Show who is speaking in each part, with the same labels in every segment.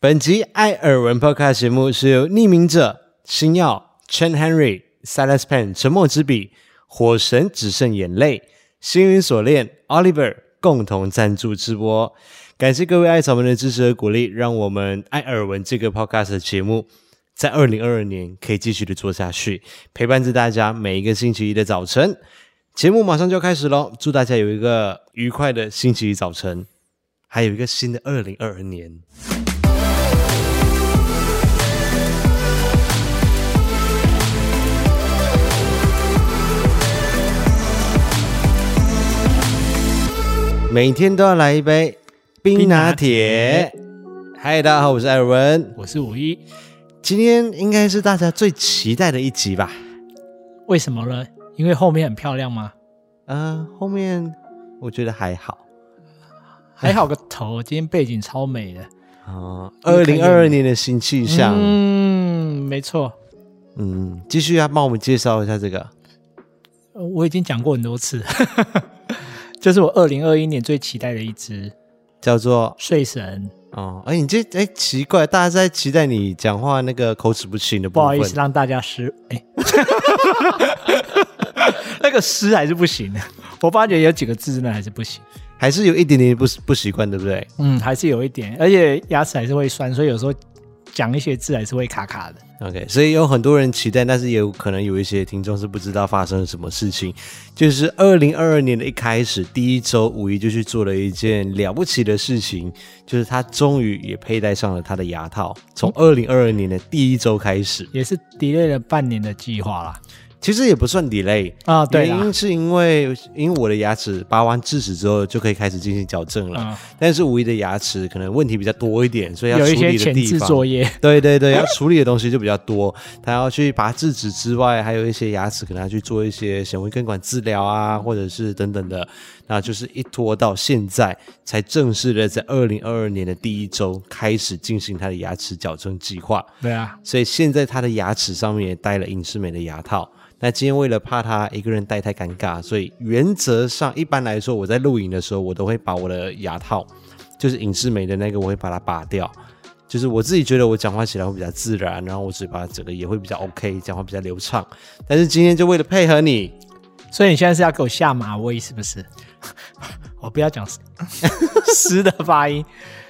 Speaker 1: 本集艾尔文 Podcast 节目是由匿名者星耀、Chen Henry、Silas Pen、沉默之笔、火神只剩眼泪、星云锁链、Oliver 共同赞助直播。感谢各位艾草们的支持和鼓励，让我们艾尔文这个 Podcast 的节目在二零二二年可以继续的做下去，陪伴着大家每一个星期一的早晨。节目马上就要开始喽，祝大家有一个愉快的星期一早晨，还有一个新的二零二二年。每天都要来一杯冰拿铁。嗨，大家好，我是艾尔文。
Speaker 2: 我是五一，
Speaker 1: 今天应该是大家最期待的一集吧？
Speaker 2: 为什么呢？因为后面很漂亮吗？
Speaker 1: 呃，后面我觉得还好。
Speaker 2: 还好个头，今天背景超美的。
Speaker 1: 哦，二零二二年的新气象。
Speaker 2: 嗯，没错，
Speaker 1: 嗯，继续要帮我们介绍一下这个。
Speaker 2: 呃我已经讲过很多次， 这是我二零二一年最期待的一只
Speaker 1: 叫做
Speaker 2: 睡神。
Speaker 1: 哦，哎、你这哎、奇怪，大家在期待你讲话那个口齿不清的部
Speaker 2: 不
Speaker 1: 分。
Speaker 2: 好意思，让大家失哎， 那个失还是不行的。我发觉有几个字真的还是不行，
Speaker 1: 还是有一点点不不习惯，对不对？
Speaker 2: 嗯，还是有一点，而且牙齿还是会酸，所以有时候讲一些字还是会卡卡的。
Speaker 1: OK，所以有很多人期待，但是也有可能有一些听众是不知道发生了什么事情。就是二零二二年的一开始，第一周五一就去做了一件了不起的事情，就是他终于也佩戴上了他的牙套。
Speaker 2: 嗯
Speaker 1: 从二零二二年的第一周开始，
Speaker 2: 也是 delay 了半年的计划啦。
Speaker 1: 其实也不算 delay。
Speaker 2: 啊，对
Speaker 1: 原
Speaker 2: 啦，
Speaker 1: 因是因为因为我的牙齿拔完智齿之后就可以开始进行矫正了，
Speaker 2: 嗯，
Speaker 1: 但是五一的牙齿可能问题比较多一点，所以要
Speaker 2: 有一
Speaker 1: 处
Speaker 2: 些
Speaker 1: 理的
Speaker 2: 前
Speaker 1: 地
Speaker 2: 置
Speaker 1: 方
Speaker 2: 作业，
Speaker 1: 对对对，要处理的东西就比较多，他要去拔智齿之外，还有一些牙齿可能要去做一些显微根管治疗啊，或者是等等的，那就是一拖到现在才正式的在二零二二年的第一周开始进行他的牙齿矫正计划，
Speaker 2: 对啊，
Speaker 1: 所以现在他的牙齿上面也戴了隐适美的牙套。那今天为了怕他一个人戴太尴尬，所以原则上一般来说，我在录影的时候，我都会把我的牙套，就是隐适美的那个，我会把它拔掉。就是我自己觉得我讲话起来会比较自然，然后我嘴巴整个也会比较 OK，讲话比较流畅。但是今天就为了配合你，
Speaker 2: 所以你现在是要给我下马威是不是？ 我不要讲诗 诗的发音，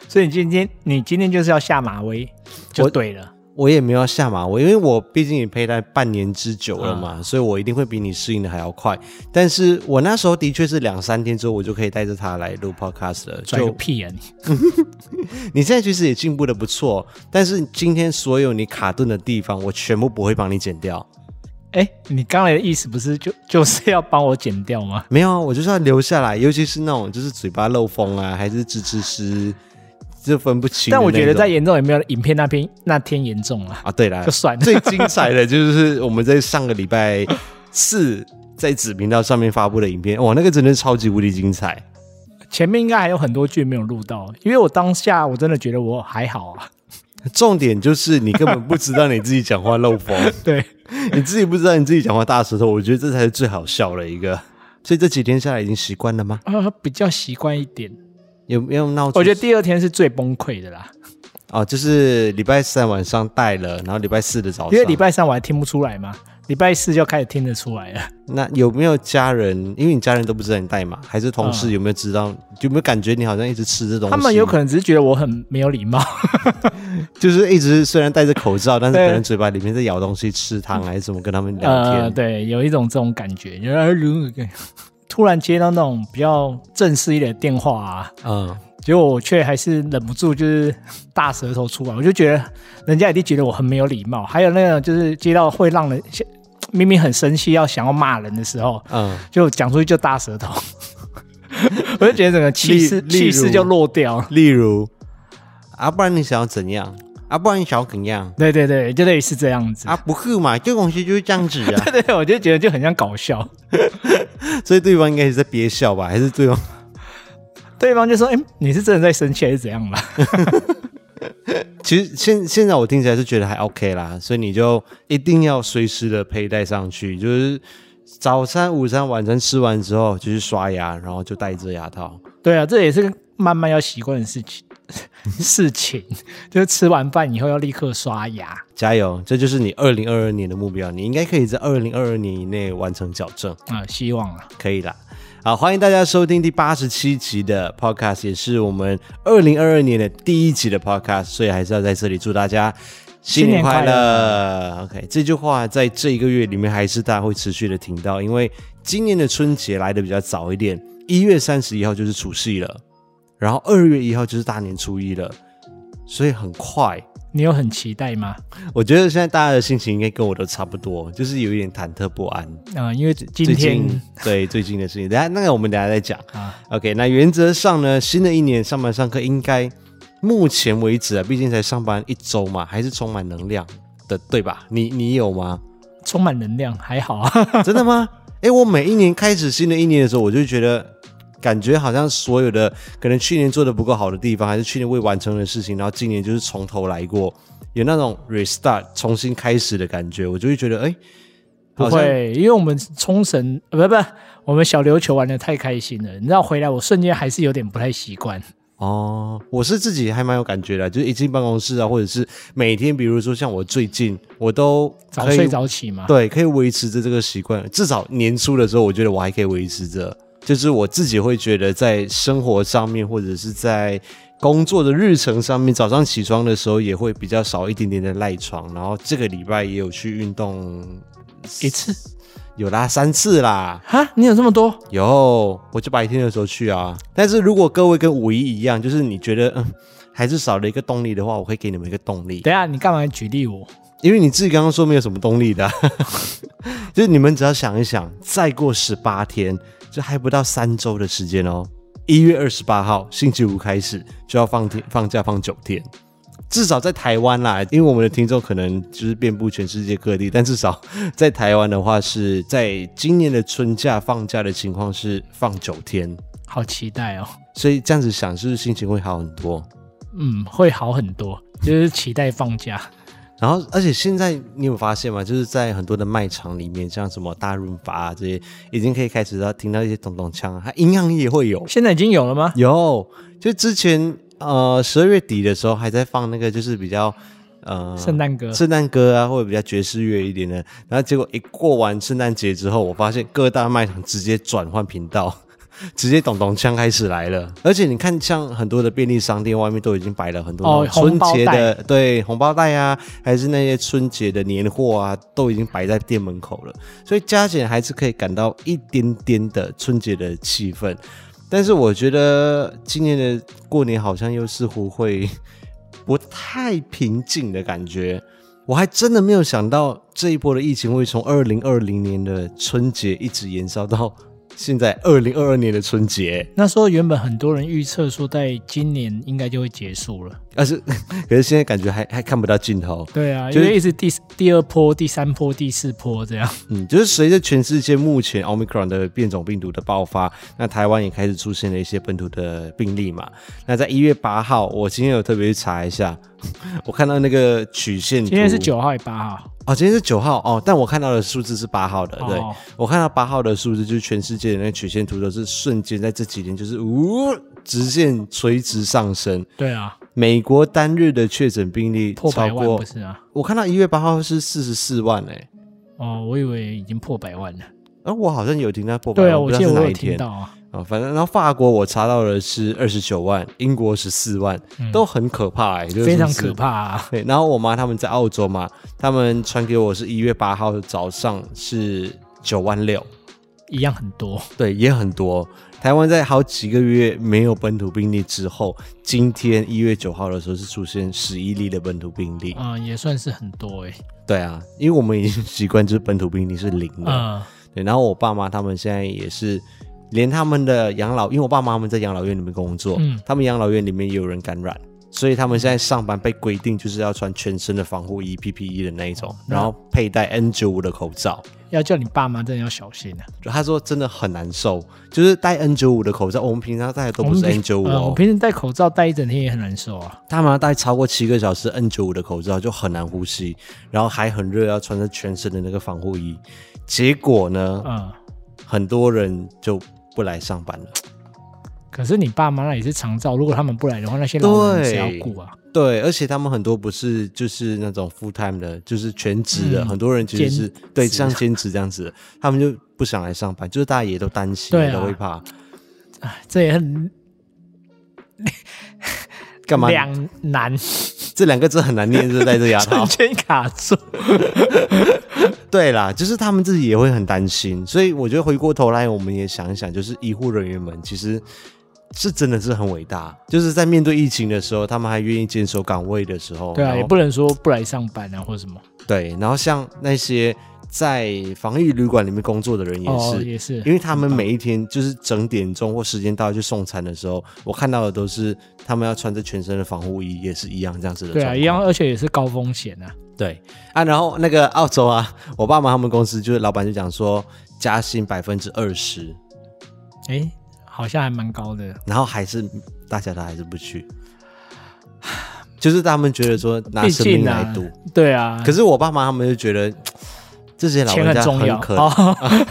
Speaker 2: 所以你今天你今天就是要下马威就对了，
Speaker 1: 我也没有要下马威，因为我毕竟也佩戴半年之久
Speaker 2: 嗯
Speaker 1: 了嘛，所以我一定会比你适应的还要快。但是我那时候的确是两三天之后，我就可以带着它来录 podcast 了。
Speaker 2: 拽个
Speaker 1: 就
Speaker 2: 屁啊你！
Speaker 1: 你现在其实也进步的不错，但是今天所有你卡顿的地方，我全部不会帮你剪掉。
Speaker 2: 哎，你刚才的意思不是就 就是要帮我剪掉吗？
Speaker 1: 没有啊，我就是要留下来，尤其是那种就是嘴巴漏风啊，还是吱吱吱，就分不清的那种。
Speaker 2: 但我觉得再严重也没有影片那边那天严重了。
Speaker 1: 啊，对啦，
Speaker 2: 就算了
Speaker 1: 最精彩的就是我们在上个礼拜四 在子频道上面发布的影片，哇，那个真的是超级无敌精彩。
Speaker 2: 前面应该还有很多句没有录到，因为我当下我真的觉得我还好啊。
Speaker 1: 重点就是你根本不知道你自己讲话漏 风，
Speaker 2: 对，
Speaker 1: 你自己不知道你自己讲话大舌头，我觉得这才是最好笑的一个。所以这几天下来已经习惯了吗？
Speaker 2: 呃，比较习惯一点。
Speaker 1: 有没有闹出？
Speaker 2: 我觉得第二天是最崩溃的啦，
Speaker 1: 哦，就是礼拜三晚上带了，然后礼拜四的早上，
Speaker 2: 因为礼拜三我还听不出来嘛，礼拜四就开始听得出 来了。
Speaker 1: 那有没有家人？因为你家人都不知道你带嘛，还是同事有没有知道？有没有感觉你好像一直吃这东西？
Speaker 2: 嗯他们有可能只是觉得我很没有礼貌，
Speaker 1: 就是一直虽然戴着口罩，但是
Speaker 2: 对
Speaker 1: 可能嘴巴里面在咬东西、吃糖还是什么，跟他们聊天。
Speaker 2: 呃，对，有一种这种感觉。就是呃如 果突然接到那种比较正式一点的电话啊，
Speaker 1: 嗯，
Speaker 2: 结果我却还是忍不住就是大舌头出来，我就觉得人家一定觉得我很没有礼貌。还有那个就是接到会让人明明很生气要想要骂人的时候，
Speaker 1: 嗯
Speaker 2: 就讲出去就大舌头， 我就觉得整个气势
Speaker 1: 例例如
Speaker 2: 气势就落掉了。
Speaker 1: 例如，啊，不然你想要怎样？啊，不然你想要怎样？
Speaker 2: 对对对，就类似这样子。
Speaker 1: 啊，不是嘛，这东西就是这样子 啊。
Speaker 2: 对对，我就觉得就很像搞笑。
Speaker 1: 所以对方应该是在憋笑吧？还是对方？
Speaker 2: 对方就说：“哎、你是真的在生气还是怎样 啦
Speaker 1: 其实现现在我听起来是觉得还 OK 啦，所以你就一定要随时的佩戴上去，就是早餐、午餐、晚餐吃完之后就去刷牙，然后就戴着牙套。？”
Speaker 2: 对啊，这也是慢慢要习惯的事情。 事情，就是吃完饭以后要立刻刷牙。
Speaker 1: 加油，这就是你二零二二年的目标，你应该可以在二零二二年以内完成矫正，
Speaker 2: 啊、希望啊，
Speaker 1: 可以啦。好，欢迎大家收听第八十七集的 Podcast，也是我们二零二二年的第一集的 Podcast，所以还是要在这里祝大家新年快
Speaker 2: 新年
Speaker 1: OK，这句话在这一个月里面还是大家会持续的听到，因为今年的春节来的比较早一点，一月三十一号就是除夕了，然后二月一号就是大年初一了，所以很快。
Speaker 2: 你有很期待吗？
Speaker 1: 我觉得现在大家的心情应该跟我都差不多，就是有一点忐忑不安。
Speaker 2: 啊、因为今
Speaker 1: 最
Speaker 2: 天
Speaker 1: 近对最近的事情，等一下那个我们等一下再讲。
Speaker 2: 啊，
Speaker 1: OK，那原则上呢，新的一年上班上课应该目前为止啊，毕竟才上班一周嘛，还是充满能量的，对吧？你你有吗？
Speaker 2: 充满能量，还好 啊。
Speaker 1: 真的吗？诶，我每一年开始新的一年的时候，我就觉得。感觉好像所有的可能去年做的不够好的地方，还是去年未完成的事情，然后今年就是从头来过，有那种 restart 重新开始的感觉，我就会觉得诶，
Speaker 2: 不
Speaker 1: 好像
Speaker 2: 会，因为我们冲绳呃不不，我们小琉球玩的太开心了，你知道回来我瞬间还是有点不太习惯。
Speaker 1: 哦，我是自己还蛮有感觉的，就是一进办公室啊，或者是每天，比如说像我最近，我都
Speaker 2: 早
Speaker 1: 可以
Speaker 2: 睡早起嘛，
Speaker 1: 对，可以维持着这个习惯。至少年初的时候，我觉得我还可以维持着，就是我自己会觉得在生活上面，或者是在工作的日程上面，早上起床的时候也会比较少一点点的赖床。然后这个礼拜也有去运动，
Speaker 2: 一次
Speaker 1: 有啦，三次啦。
Speaker 2: 哈，你有这么多？
Speaker 1: 有，我就白天的时候去啊。但是如果各位跟五一一样，就是你觉得嗯还是少了一个动力的话，我会给你们一个动力，
Speaker 2: 等一下你干嘛举例我？
Speaker 1: 因为你自己刚刚说没有什么动力的啊、 就是你们只要想一想，再过十八天，就还不到三周的时间哦。一月二十八号星期五开始就要放天放假放九天，至少在台湾啦，因为我们的听众可能就是遍布全世界各地，但至少在台湾的话是在今年的春假放假的情况是放九天。
Speaker 2: 好期待哦，
Speaker 1: 所以这样子想，是不是心情会好很多？
Speaker 2: 嗯，会好很多，就是期待放假。
Speaker 1: 然后，而且现在你有发现吗？就是在很多的卖场里面，像什么大润发啊这些，已经可以开始到听到一些咚咚锵啊，它银行也会有，
Speaker 2: 现在已经有了吗？
Speaker 1: 有。就之前呃十二月底的时候还在放那个，就是比较呃
Speaker 2: 圣诞歌
Speaker 1: 圣诞歌啊，或者比较爵士乐一点的。然后结果一过完圣诞节之后，我发现各大卖场直接转换频道， 直接咚咚锵开始来了。而且你看，像很多的便利商店外面都已经摆了很多
Speaker 2: 哦
Speaker 1: 那种春节
Speaker 2: 红包
Speaker 1: 的
Speaker 2: 袋
Speaker 1: 对红包袋啊，还是那些春节的年货啊，都已经摆在店门口了。所以加减还是可以感到一点点的春节的气氛。但是我觉得今年的过年好像又似乎会不太平静的感觉。我还真的没有想到这一波的疫情会从二零二零年的春节一直延烧到现在二零二二年的春节，
Speaker 2: 那时候原本很多人预测说，在今年应该就会结束了。
Speaker 1: 但是 可是现在感觉还还看不到尽头。
Speaker 2: 对啊，
Speaker 1: 就是
Speaker 2: 因为一直第第二波、第三波、第四波 这样。
Speaker 1: 嗯，就是随着全世界目前 Omicron 的变种病毒的爆发，那台湾也开始出现了一些本土的病例嘛。那在一月八号，我今天有特别去查一下， 我看到那个曲线图，
Speaker 2: 今天是九号、八号，
Speaker 1: 哦，今天是九号哦，但我看到的数字是八号的，对、
Speaker 2: 哦
Speaker 1: 我看到八号的数字，就是全世界的那个曲线图都是瞬间在这几天就是呜、直线垂直上升。
Speaker 2: 对啊，
Speaker 1: 美国单日的确诊病例
Speaker 2: 破
Speaker 1: 超
Speaker 2: 百万
Speaker 1: 过
Speaker 2: 不，是啊？
Speaker 1: 我看到一月八号是四十四万诶、
Speaker 2: 哦，我以为已经破百万了。
Speaker 1: 而、我好像有听到破百万，
Speaker 2: 对啊，
Speaker 1: 不
Speaker 2: 我
Speaker 1: 知道
Speaker 2: 记
Speaker 1: 是
Speaker 2: 得我
Speaker 1: 哪
Speaker 2: 有
Speaker 1: 一
Speaker 2: 听
Speaker 1: 天
Speaker 2: 到啊。
Speaker 1: 啊、反正然后法国我查到的是二十九万，英国十四万，都很可怕哎、这个
Speaker 2: 嗯非常
Speaker 1: 数字
Speaker 2: 可怕、啊。
Speaker 1: 对，然后我妈他们在澳洲嘛，他们传给我是一月八号早上是九万六，
Speaker 2: 一样很多，
Speaker 1: 对，也很多。台湾在好几个月没有本土病例之后，今天一月九号的时候是出现十一例的本土病例。
Speaker 2: 嗯、也算是很多哎、欸，
Speaker 1: 对啊，因为我们已经习惯就是本土病例是零了。
Speaker 2: 嗯、
Speaker 1: 对，然后我爸妈他们现在也是，连他们的养老，因为我爸妈他们在养老院里面工作，
Speaker 2: 嗯
Speaker 1: 他们养老院里面也有人感染，所以他们现在上班被规定就是要穿全身的防护衣 PPE 的那一种，然后佩戴 N 9 5的口罩。
Speaker 2: 要叫你爸妈真的要小心啊。
Speaker 1: 就他说真的很难受，就是戴 N 9 5的口罩，我们平常戴的都不是
Speaker 2: 我们
Speaker 1: N 9 5
Speaker 2: 呃我
Speaker 1: 哦，
Speaker 2: 平时戴口罩戴一整天也很难受啊。
Speaker 1: 他们要戴超过七个小时 N 9 5的口罩就很难呼吸，然后还很热，要穿着全身的那个防护衣。结果呢，
Speaker 2: 嗯、
Speaker 1: 很多人就不来上班了。
Speaker 2: 可是你爸妈那也是常照，如果他们不来的话，那些老人谁要顾啊？
Speaker 1: 对，而且他们很多不是就是那种 full time 的，就是全职的，
Speaker 2: 嗯
Speaker 1: 很多人其实是
Speaker 2: 兼
Speaker 1: 对
Speaker 2: 职
Speaker 1: 像兼职这样子，他们就不想来上班，就是大家也都担心，
Speaker 2: 对啊
Speaker 1: 都会怕
Speaker 2: 这也很
Speaker 1: 干嘛？
Speaker 2: 两难，
Speaker 1: 这两个字很难念，就是戴着牙套
Speaker 2: 瞬。间卡住。
Speaker 1: 对啦，就是他们自己也会很担心，所以我觉得回过头来，我们也想一想，就是医护人员们其实是真的是很伟大，就是在面对疫情的时候，他们还愿意坚守岗位的时候，
Speaker 2: 对啊，
Speaker 1: 然
Speaker 2: 也
Speaker 1: 后
Speaker 2: 不能说不来上班啊，或者什么。
Speaker 1: 对，然后像那些在防疫旅馆里面工作的人也
Speaker 2: 哦，
Speaker 1: 是，
Speaker 2: 也是，
Speaker 1: 因为他们每一天就是整点钟或时间到去送餐的时候，我看到的都是他们要穿着全身的防护衣，也是一样这样子的。
Speaker 2: 对啊，一样，。而且也是高风险啊。
Speaker 1: 对啊，然后那个澳洲啊，我爸妈他们公司就是老板就讲说加薪百分之二十，
Speaker 2: 哎，好像还蛮高的。
Speaker 1: 然后还是大家都还是不去， 就是他们觉得说拿
Speaker 2: 毕
Speaker 1: 生命
Speaker 2: 竟啊
Speaker 1: 来赌。
Speaker 2: 对啊，
Speaker 1: 可是我爸妈他们就觉得这些老
Speaker 2: 钱
Speaker 1: 人
Speaker 2: 很
Speaker 1: 家
Speaker 2: 重要
Speaker 1: 很可怜。
Speaker 2: 哦，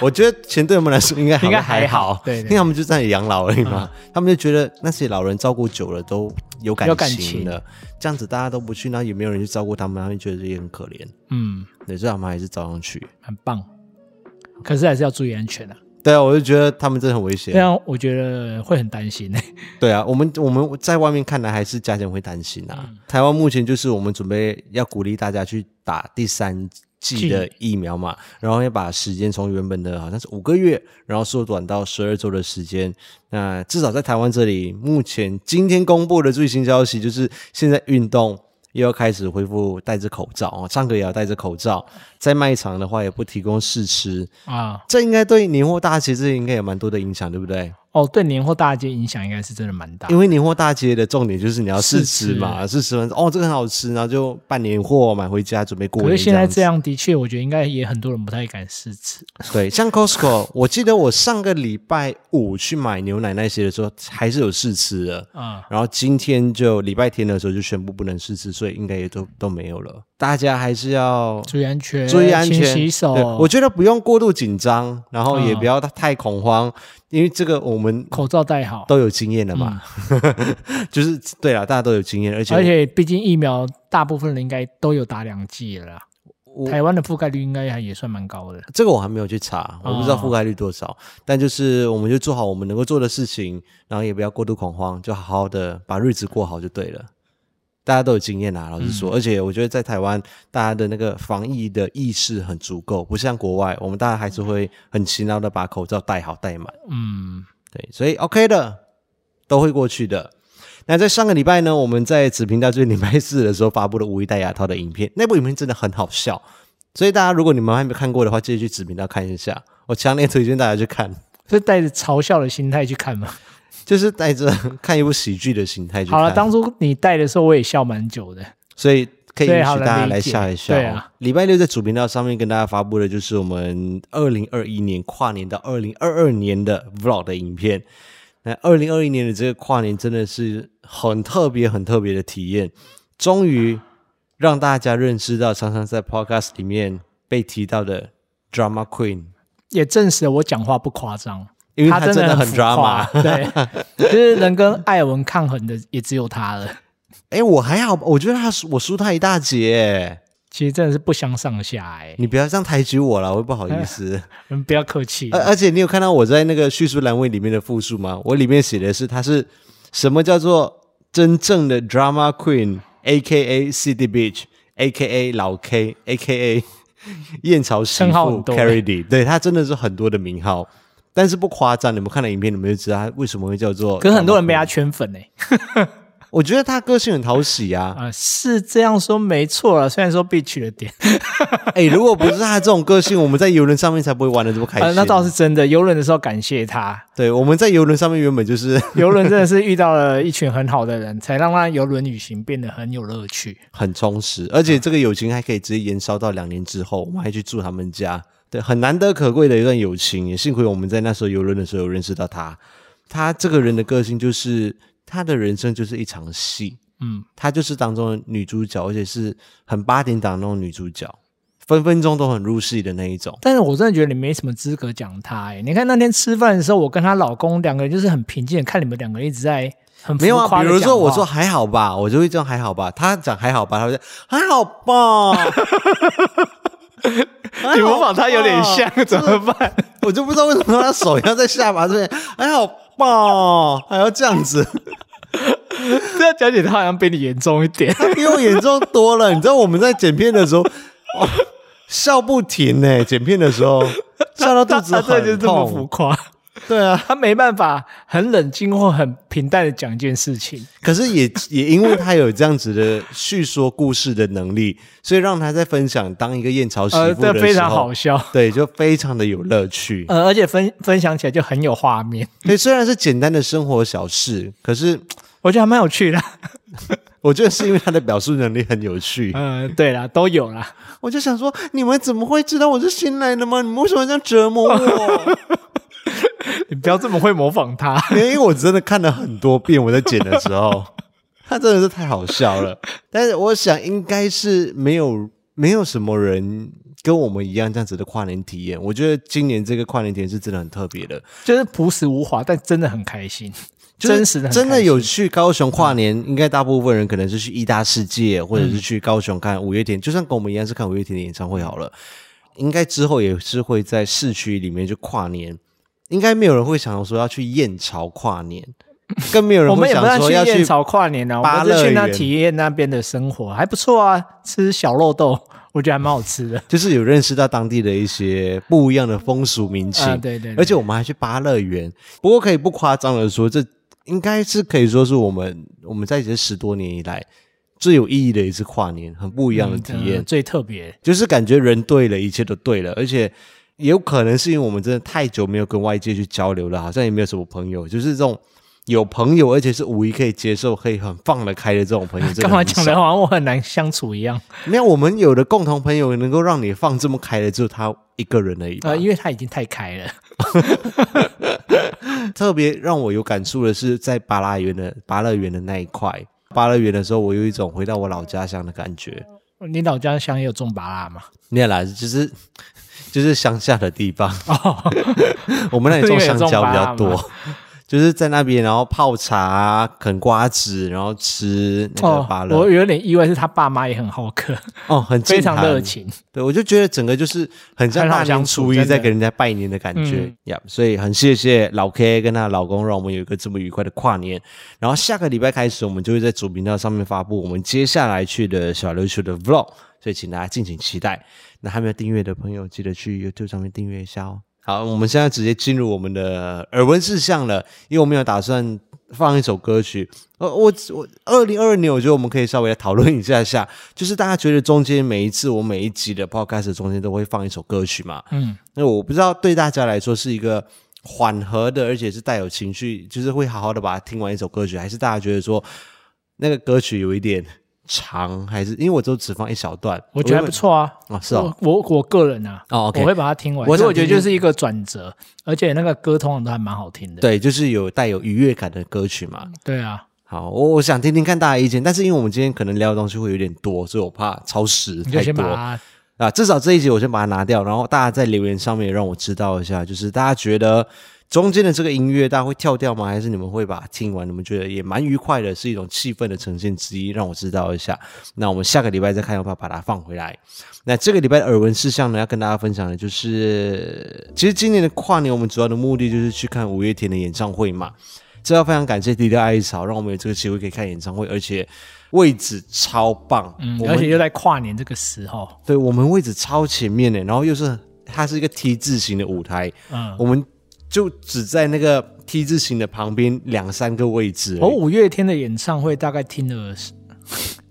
Speaker 1: 我觉得钱对我们来说应该
Speaker 2: 应该
Speaker 1: 还
Speaker 2: 还
Speaker 1: 好
Speaker 2: 好，对对
Speaker 1: 因为他们就在养老而已嘛。他们就觉得那些老人照顾久了都有感
Speaker 2: 有感
Speaker 1: 情
Speaker 2: 情
Speaker 1: 了，这样子大家都不去，那也没有人去照顾他们，他们觉得也很可怜。
Speaker 2: 嗯，
Speaker 1: 对，所以他们还是照样去。
Speaker 2: 很棒。可是还是要注意安全啊，
Speaker 1: 对啊，我就觉得他们真的很危险
Speaker 2: 这。样我觉得会很担心。
Speaker 1: 对啊，我们我们在外面看来还是家长会担心啊。台湾目前就是我们准备要鼓励大家去打第三剂
Speaker 2: 剂
Speaker 1: 的疫苗嘛，然后要把时间从原本的好像是五个月，然后缩短到十二周的时间。那至少在台湾这里，目前今天公布的最新消息就是，现在运动又要开始恢复戴着口罩哦，唱歌也要戴着口罩，在卖场的话也不提供试吃，
Speaker 2: 啊，
Speaker 1: 这应该对年货大节这应该有蛮多的影响，对不对？
Speaker 2: 哦，对年货大街影响应该是真的蛮大
Speaker 1: 因。为年货大街的重点就是你要试吃嘛，
Speaker 2: 试
Speaker 1: 试吃完之后哦，这个很好吃，然后就办年货买回家准备过
Speaker 2: 可
Speaker 1: 年。
Speaker 2: 是现在这
Speaker 1: 样
Speaker 2: 样的确，我觉得应该也很多人不太敢试吃。
Speaker 1: 子，对，像 Costco，我 记得我上个礼拜五去买牛奶那些的时候，还是有试吃的。
Speaker 2: 啊、
Speaker 1: 然后今天就礼拜天的时候就宣布不能试吃，所以应该也都都没有了。大家还是要
Speaker 2: 注意安全，
Speaker 1: 注意安全，
Speaker 2: 勤洗手
Speaker 1: 对，，我觉得不用过度紧张，然后
Speaker 2: 嗯
Speaker 1: 也不要太恐慌，因为这个我们
Speaker 2: 口罩戴好。
Speaker 1: 都有经验了嘛。 就是对了，大家都有经验，而且
Speaker 2: 嗯而且，毕竟疫苗大部分人应该都有打两剂了啦
Speaker 1: 我
Speaker 2: 台湾的覆盖率应该还也算蛮高的。
Speaker 1: 这个我还没有去查，我不知道
Speaker 2: 哦
Speaker 1: 覆盖率多少，但就是我们就做好我们能够做的事情，然后也不要过度恐慌，就好好的把日子过好就对了。大家都有经验啊啦，老实说，而且我觉得在台湾，大家的那个防疫的意识很足够，不像国外，我们大家还是会很勤劳的把口罩戴好戴满。
Speaker 2: 嗯，
Speaker 1: 对，所以 OK 的，都会过去的。那在上个礼拜呢，我们在子频道就是礼拜四的时候发布了吴一戴牙套的影片，那部影片真的很好笑，所以大家如果你们还没看过的话，记得去子频道看一下，我强烈推荐大家去看，
Speaker 2: 是带着嘲笑的心态去看嘛。
Speaker 1: 就是带着看一部喜剧的心态去看。
Speaker 2: 好了，当初你戴的时候我也笑蛮久的。
Speaker 1: 所以可以允
Speaker 2: 对
Speaker 1: 许
Speaker 2: 好
Speaker 1: 大
Speaker 2: 了
Speaker 1: 家
Speaker 2: 理
Speaker 1: 来
Speaker 2: 解
Speaker 1: 笑一笑。
Speaker 2: 对啊
Speaker 1: 礼拜六在主频道上面跟大家发布的就是我们二零二一年跨年到二零二二年的 vlog 的影片。那二零二一年的这个跨年真的是很特别、很特别的体验，终于让大家认识到常常在 podcast 里面被提到的 drama queen，
Speaker 2: 也证实了我讲话不夸张，
Speaker 1: 因为她
Speaker 2: 他
Speaker 1: 真
Speaker 2: 的
Speaker 1: 很
Speaker 2: 浮
Speaker 1: drama
Speaker 2: 夸。对，就是能跟艾文抗衡的也只有他了。
Speaker 1: 哎、我还好，我觉得他我输他一大截欸，
Speaker 2: 其实真的是不相上下哎、
Speaker 1: 你不要这样抬举我了，我会不好意思。
Speaker 2: 你们不要客气
Speaker 1: 而。而且你有看到我在那个叙述栏位里面的复述吗？我里面写的是它是什么叫做真正的 drama queen，A K A City Beach，A K A 老 K，A K A 燕巢媳
Speaker 2: 称号
Speaker 1: 妇
Speaker 2: 很多
Speaker 1: Carrie D，对他真的是很多的名号，但是不夸张，你们看了影片，你们就知道他为什么会叫做。
Speaker 2: 可是很多人被他
Speaker 1: 他，
Speaker 2: 圈粉哎、
Speaker 1: 我觉得他个性很讨喜啊。
Speaker 2: 啊、是这样说没错了。虽然说 B 取了点，
Speaker 1: 哎、如果不是他这种个性，我们在游轮上面才不会玩的这么开心。
Speaker 2: 呃，那倒是真的。游轮的时候感谢他，
Speaker 1: 对，我们在游轮上面原本就是
Speaker 2: 游轮真的是遇到了一群很好的人，才让他游轮旅行变得很有乐趣。
Speaker 1: 很充实，而
Speaker 2: 嗯
Speaker 1: 且这个友情还可以直接延烧到两年之后，我们还去住他们家，对，很难得可贵的一段友情。也幸亏我们在那时候游轮的时候有认识到他，他这个人的个性就是他的人生就是一场戏，
Speaker 2: 嗯，
Speaker 1: 他就是当中的女主角，而且是很八点档那种女主角。分分钟都很入戏的那一种。
Speaker 2: 但是我真的觉得你没什么资格讲他、欸。你看那天吃饭的时候，我跟她老公两个人就是很平静的看你们两个人一直在很浮
Speaker 1: 没有啊，
Speaker 2: 夸
Speaker 1: 比
Speaker 2: 地
Speaker 1: 如
Speaker 2: 讲
Speaker 1: 说我
Speaker 2: 话
Speaker 1: 说还好吧，我就会这样还好吧。他讲还好吧，他会说还好吧。还好吧
Speaker 2: 你模仿他有点像，怎么办？
Speaker 1: 我就不知道为什么他手要在下巴这边，还好吧，还要这样 子，
Speaker 2: 这样讲起来他好像比你严重一点。
Speaker 1: 他比我严重多了。你知道我们在剪片的时候，哦、笑不停呢、剪片的时候笑到
Speaker 2: 他
Speaker 1: 肚子
Speaker 2: 他真的就
Speaker 1: 很
Speaker 2: 这么浮
Speaker 1: 痛。
Speaker 2: 夸，
Speaker 1: 对啊，
Speaker 2: 他没办法很冷静或很平淡的讲一件事情。
Speaker 1: 可是也也因为他有这样子的叙说故事的能力，所以让他在分享当一个燕巢媳
Speaker 2: 呃，
Speaker 1: 妇的时候，
Speaker 2: 这非常好笑。
Speaker 1: 对，就非常的有乐趣。
Speaker 2: 呃，而且分分享起来就很有画面，
Speaker 1: 对，虽然是简单的生活小事，可是
Speaker 2: 我觉得还蛮有趣 的。
Speaker 1: 我觉得是因为他的表述能力很有趣。
Speaker 2: 嗯、对啦，都有啦。
Speaker 1: 我就想说，你们怎么会知道我是新来的吗？你们为什么这样折磨我？
Speaker 2: 你不要这么会模仿他。
Speaker 1: 因为我真的看了很多遍，我在剪的时候， 他真的是太好笑了。但是我想，应该是没有没有什么人跟我们一样这样子的跨年体验。我觉得今年这个跨年体验是真的很特别的，
Speaker 2: 就是朴实无华，但真的很开心，
Speaker 1: 就是
Speaker 2: 真实的很
Speaker 1: 真
Speaker 2: 开
Speaker 1: 的
Speaker 2: 心
Speaker 1: 有去高雄跨年，应该大部分人可能是去义大世界，或者是去高雄看五月天，就算跟我们一样是看五月天的演唱会好了。应该之后也是会在市区里面去跨年，应该没有人会想说要去燕巢跨 年，更没有人
Speaker 2: 我们
Speaker 1: 会
Speaker 2: 也不
Speaker 1: 想
Speaker 2: 算
Speaker 1: 说
Speaker 2: 去
Speaker 1: 要
Speaker 2: 燕
Speaker 1: 去
Speaker 2: 巢跨年啊，我
Speaker 1: 芭
Speaker 2: 们就
Speaker 1: 乐
Speaker 2: 去那
Speaker 1: 园
Speaker 2: 体验那边的生活，还不错啊，吃小肉豆，我觉得还蛮好吃 的。
Speaker 1: 就是有认识到当地的一些不一样的风俗民情，
Speaker 2: 啊对对对
Speaker 1: 而且我们还去芭乐园。不过可以不夸张的说，这应该是可以说是我们我们在一起这十多年以来最有意义的一次跨年，很不一样的体验，
Speaker 2: 嗯最特别。
Speaker 1: 就是感觉人对了，一切都对了，而且。也有可能是因为我们真的太久没有跟外界去交流了，好像也没有什么朋友，就是这种有朋友，而且是五一可以接受、可以很放得开的这种朋友，真的
Speaker 2: 干嘛
Speaker 1: 很少
Speaker 2: 讲的好像我很难相处一样？
Speaker 1: 没有，我们有的共同朋友能够让你放这么开的，只有他一个人而已吧。
Speaker 2: 呃，因为他已经太开了。
Speaker 1: 特别让我有感触的是，在巴拉园的巴乐园的那一块，巴乐园的时候，我有一种回到我老家乡的感觉。
Speaker 2: 你老家乡也有种芭拉吗？
Speaker 1: 没有啦，就是 就是乡下的地方，
Speaker 2: 哦，
Speaker 1: 我们那里种香蕉比较
Speaker 2: 因为有种芭乐嘛
Speaker 1: 多。就是在那边，然后泡茶啊、啃瓜子，然后吃那个芭
Speaker 2: 哦，
Speaker 1: 乐，
Speaker 2: 我有点意外，是他爸妈也很好客，
Speaker 1: 哦，很
Speaker 2: 非
Speaker 1: 健
Speaker 2: 常
Speaker 1: 谈
Speaker 2: 热情。
Speaker 1: 对，我就觉得整个就是很像
Speaker 2: 很好
Speaker 1: 大年
Speaker 2: 相处
Speaker 1: 初一
Speaker 2: 真的
Speaker 1: 在给人家拜年的感觉
Speaker 2: 嗯
Speaker 1: 呀所以很谢谢老 K 跟她的老公，让我们有一个这么愉快的跨年。然后下个礼拜开始，我们就会在主频道上面发布我们接下来去的小琉球的 Vlog，所以请大家敬请期待。那还没有订阅的朋友，记得去 YouTube 上面订阅一下哦。好，我们现在直接进入我们的耳闻事项了，因为我们有打算放一首歌曲。呃，我我二零二二年，我觉得我们可以稍微来讨论一下下， 就是大家觉得中间每一次我每一集的 podcast 中间都会放一首歌曲嘛？
Speaker 2: 嗯，
Speaker 1: 那我不知道对大家来说是一个缓和的，而且是带有情绪，就是会好好的把它听完一首歌曲，还是大家觉得说那个歌曲有一点长，还是因为我都只放一小段，
Speaker 2: 我觉得还不错啊。
Speaker 1: 啊、是哦，
Speaker 2: 我我我个人啊，
Speaker 1: 哦，OK
Speaker 2: 我会把它听
Speaker 1: 我
Speaker 2: 完，因为
Speaker 1: 想
Speaker 2: 我觉得
Speaker 1: 听听
Speaker 2: 就是一个转折，而且那个歌通常都还蛮好听的。
Speaker 1: 对，就是有带有愉悦感的歌曲嘛。
Speaker 2: 对啊，
Speaker 1: 好，我我想听听看大家意见，但是因为我们今天可能聊的东西会有点多，所以我怕超时
Speaker 2: 你就
Speaker 1: 太
Speaker 2: 先把
Speaker 1: 多
Speaker 2: 它
Speaker 1: 啊。至少这一集我先把它拿掉，然后大家在留言上面也让我知道一下，就是大家觉得中间的这个音乐大家会跳掉吗？还是你们会把它听完？你们觉得也蛮愉快的，是一种气氛的呈现之一，让我知道一下。那我们下个礼拜再看要不要把它放回来。那这个礼拜的耳闻事项呢，要跟大家分享的就是，其实今年的跨年我们主要的目的就是去看五月天的演唱会嘛。这要非常感谢迪丽爱草，让我们有这个机会可以看演唱会，而且位置超棒，
Speaker 2: 嗯
Speaker 1: 我，们
Speaker 2: 而且又在跨年这个时候，
Speaker 1: 对我们位置超前面的，然后又是它是一个 T 字形的舞台，
Speaker 2: 嗯，
Speaker 1: 我们就只在那个 T 字形的旁边两三个位置而
Speaker 2: 我
Speaker 1: 已，
Speaker 2: 五月天的演唱会大概听了十，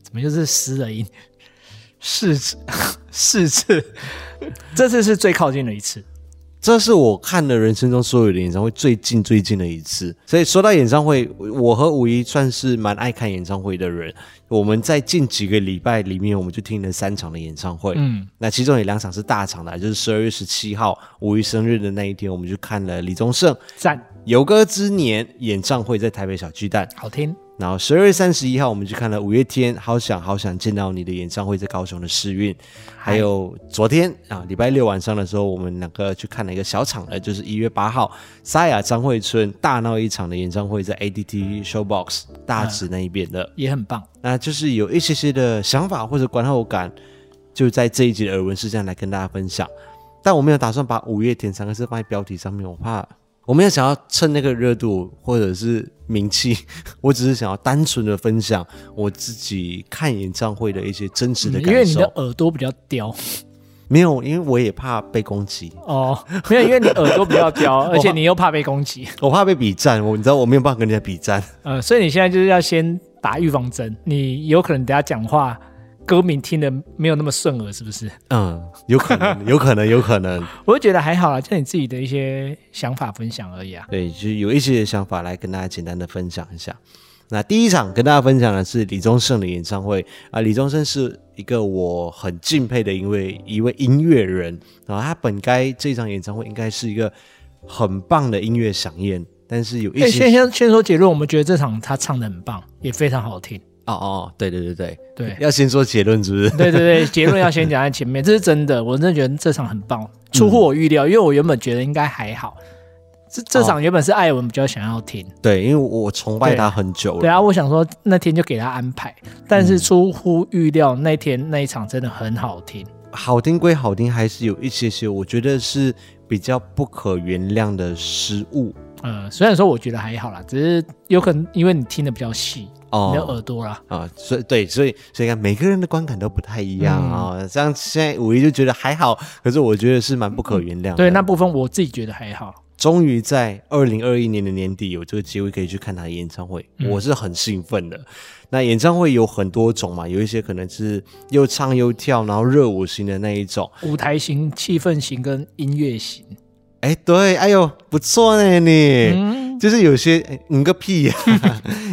Speaker 2: 怎么就是十的音，四次，四次，这次是最靠近的一次。
Speaker 1: 这是我看的人生中所有的演唱会最近最近的一次。所以说到演唱会，我和五一算是蛮爱看演唱会的人。我们在近几个礼拜里面，我们就听了三场的演唱会，
Speaker 2: 嗯，
Speaker 1: 那其中有两场是大场的，就是十二月十七号五一生日的那一天，我们去看了李宗盛《
Speaker 2: 赞，
Speaker 1: 有歌之年》演唱会，在台北小巨蛋。
Speaker 2: 好听。
Speaker 1: 然后十二月三十一号，我们去看了五月天《好想好想见到你》的演唱会，在高雄的世运。还有昨天啊，礼拜六晚上的时候，我们两个去看了一个小场的，就是一月八号，沙雅张惠春大闹一场的演唱会，在 ADT Showbox 大直那一边的。
Speaker 2: 也很棒。
Speaker 1: 那就是有一些些的想法或者观后感，就在这一集的耳闻事项来跟大家分享。但我没有打算把五月天三个字放在标题上面，我怕我没有想要趁那个热度或者是名气， 我只是想要单纯的分享我自己看演唱会的一些真实的
Speaker 2: 因为
Speaker 1: 感
Speaker 2: 你
Speaker 1: 受。
Speaker 2: 的耳朵比较刁
Speaker 1: 没有，因为我也怕被攻击，
Speaker 2: 哦，没有，因为你耳朵比较 刁，而且你又怕被攻击，
Speaker 1: 我怕被比战，我你知道我没有办法跟人家比战。
Speaker 2: 呃，所以你现在就是要先打预防针，你有可能等下讲话歌名听的没有那么顺耳，是不是？
Speaker 1: 嗯， 有可能，有可能，有可能。
Speaker 2: 我就觉得还好啦，就你自己的一些想法分享而已啊。
Speaker 1: 对，就是有一些想法来跟大家简单的分享一下。那第一场跟大家分享的是李宗盛的演唱会啊，李宗盛是一个我很敬佩的一位一位音乐人，然后他本该这场演唱会应该是一个很棒的音乐响宴，但是有一
Speaker 2: 对，
Speaker 1: 些
Speaker 2: 哎先先先说结论，我们觉得这场他唱的很棒，也非常好听。
Speaker 1: 哦哦，对对对 对，，
Speaker 2: 对
Speaker 1: 要先说结论是不是？
Speaker 2: 对对对，结论要先讲在前面，这是真的，我真的觉得这场很棒，
Speaker 1: 嗯
Speaker 2: 出乎我预料，因为我原本觉得应该还好。这这
Speaker 1: 哦
Speaker 2: 场原本是艾文比较想要听，
Speaker 1: 对，因为我我崇拜他很久
Speaker 2: 对
Speaker 1: 了，嗯
Speaker 2: 啊，我想说那天就给他安排，但是出乎预料，那天那一场真的很好听。
Speaker 1: 好听归好听，还是有一些些我觉得是比较不可原谅的失误
Speaker 2: 呃，虽然说我觉得还好啦，只是有可能因为你听的比较细，
Speaker 1: 哦。
Speaker 2: 你的耳朵啦，
Speaker 1: 啊，所以对，所以所以看每个人的观感都不太一样啊、这样现在五一就觉得还好，可是我觉得是蛮不可原谅的。
Speaker 2: 对那部分我自己觉得还好。
Speaker 1: 终于在二零二一年的年底有这个机会可以去看他的演唱会，我是很兴奋的。那演唱会有很多种嘛，有一些可能是又唱又跳，然后热舞型的那一种。
Speaker 2: 舞台型、气氛型跟音乐型，
Speaker 1: 哎，对，哎呦，不错呢，你。就是有些哎嗯个屁呀、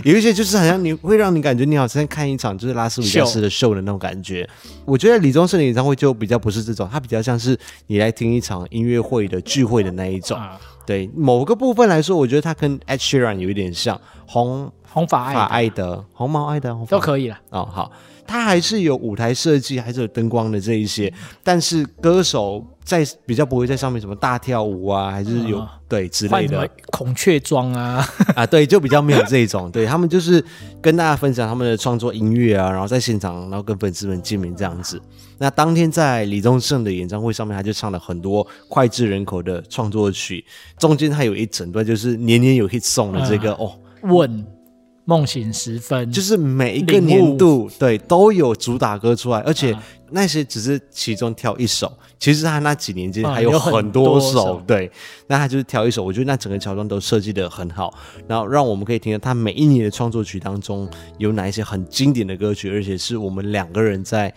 Speaker 1: 有一些就是好像你会让你感觉你好像在看一场就是拉斯维加斯的秀的那种感觉。我觉得李宗盛的演唱会就比较不是这种，它比较像是你来听一场音乐会的聚会的那一种。
Speaker 2: 啊
Speaker 1: 对某个部分来说，我觉得它跟 Ed Sheeran 有一点像，红
Speaker 2: 红发
Speaker 1: 发
Speaker 2: 爱
Speaker 1: 艾德、红毛艾德、红发
Speaker 2: 都可以啦。
Speaker 1: 哦，好，它还是有舞台设计，还是有灯光的这一些，但是歌手在比较不会在上面什么大跳舞啊，还是有、
Speaker 2: 嗯
Speaker 1: 对之
Speaker 2: 换
Speaker 1: 类
Speaker 2: 什么
Speaker 1: 的
Speaker 2: 孔雀妆啊，
Speaker 1: 啊，对，就比较没有这一种，对他们就是跟大家分享他们的创作音乐啊，然后在现场，然后跟粉丝们见面这样子。那当天在李宗盛的演唱会上面，他就唱了很多脍炙人口的创作曲，中间他有一整段就是年年有 hit song 的这个、
Speaker 2: 嗯
Speaker 1: 哦。
Speaker 2: 问梦醒时分，
Speaker 1: 就是每一个
Speaker 2: 领悟啊
Speaker 1: 年度对都有主打歌出来，而且那些只是其中挑一首，其实他那几年间
Speaker 2: 啊
Speaker 1: 还
Speaker 2: 有
Speaker 1: 很
Speaker 2: 很多
Speaker 1: 首，
Speaker 2: 首
Speaker 1: 对，那他就是挑一首，我觉得那整个桥段都设计的很好，然后让我们可以听到他每一年的创作曲当中有哪一些很经典的歌曲，而且是我们两个人在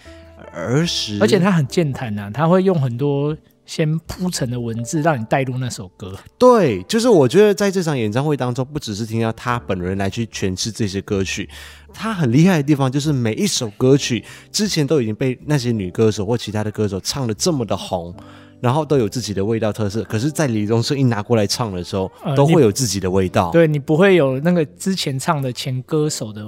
Speaker 1: 儿时，
Speaker 2: 而且他很健谈啊，他会用很多先铺陈的文字让你带入那首歌。
Speaker 1: 对，就是我觉得在这场演唱会当中，不只是听到他本人来去诠释这些歌曲，他很厉害的地方就是每一首歌曲之前都已经被那些女歌手或其他的歌手唱的这么的红，然后都有自己的味道特色。可是，在李宗盛一拿过来唱的时候，
Speaker 2: 呃
Speaker 1: 都会有自己的味道，
Speaker 2: 对你不会有那个之前唱的前歌手的，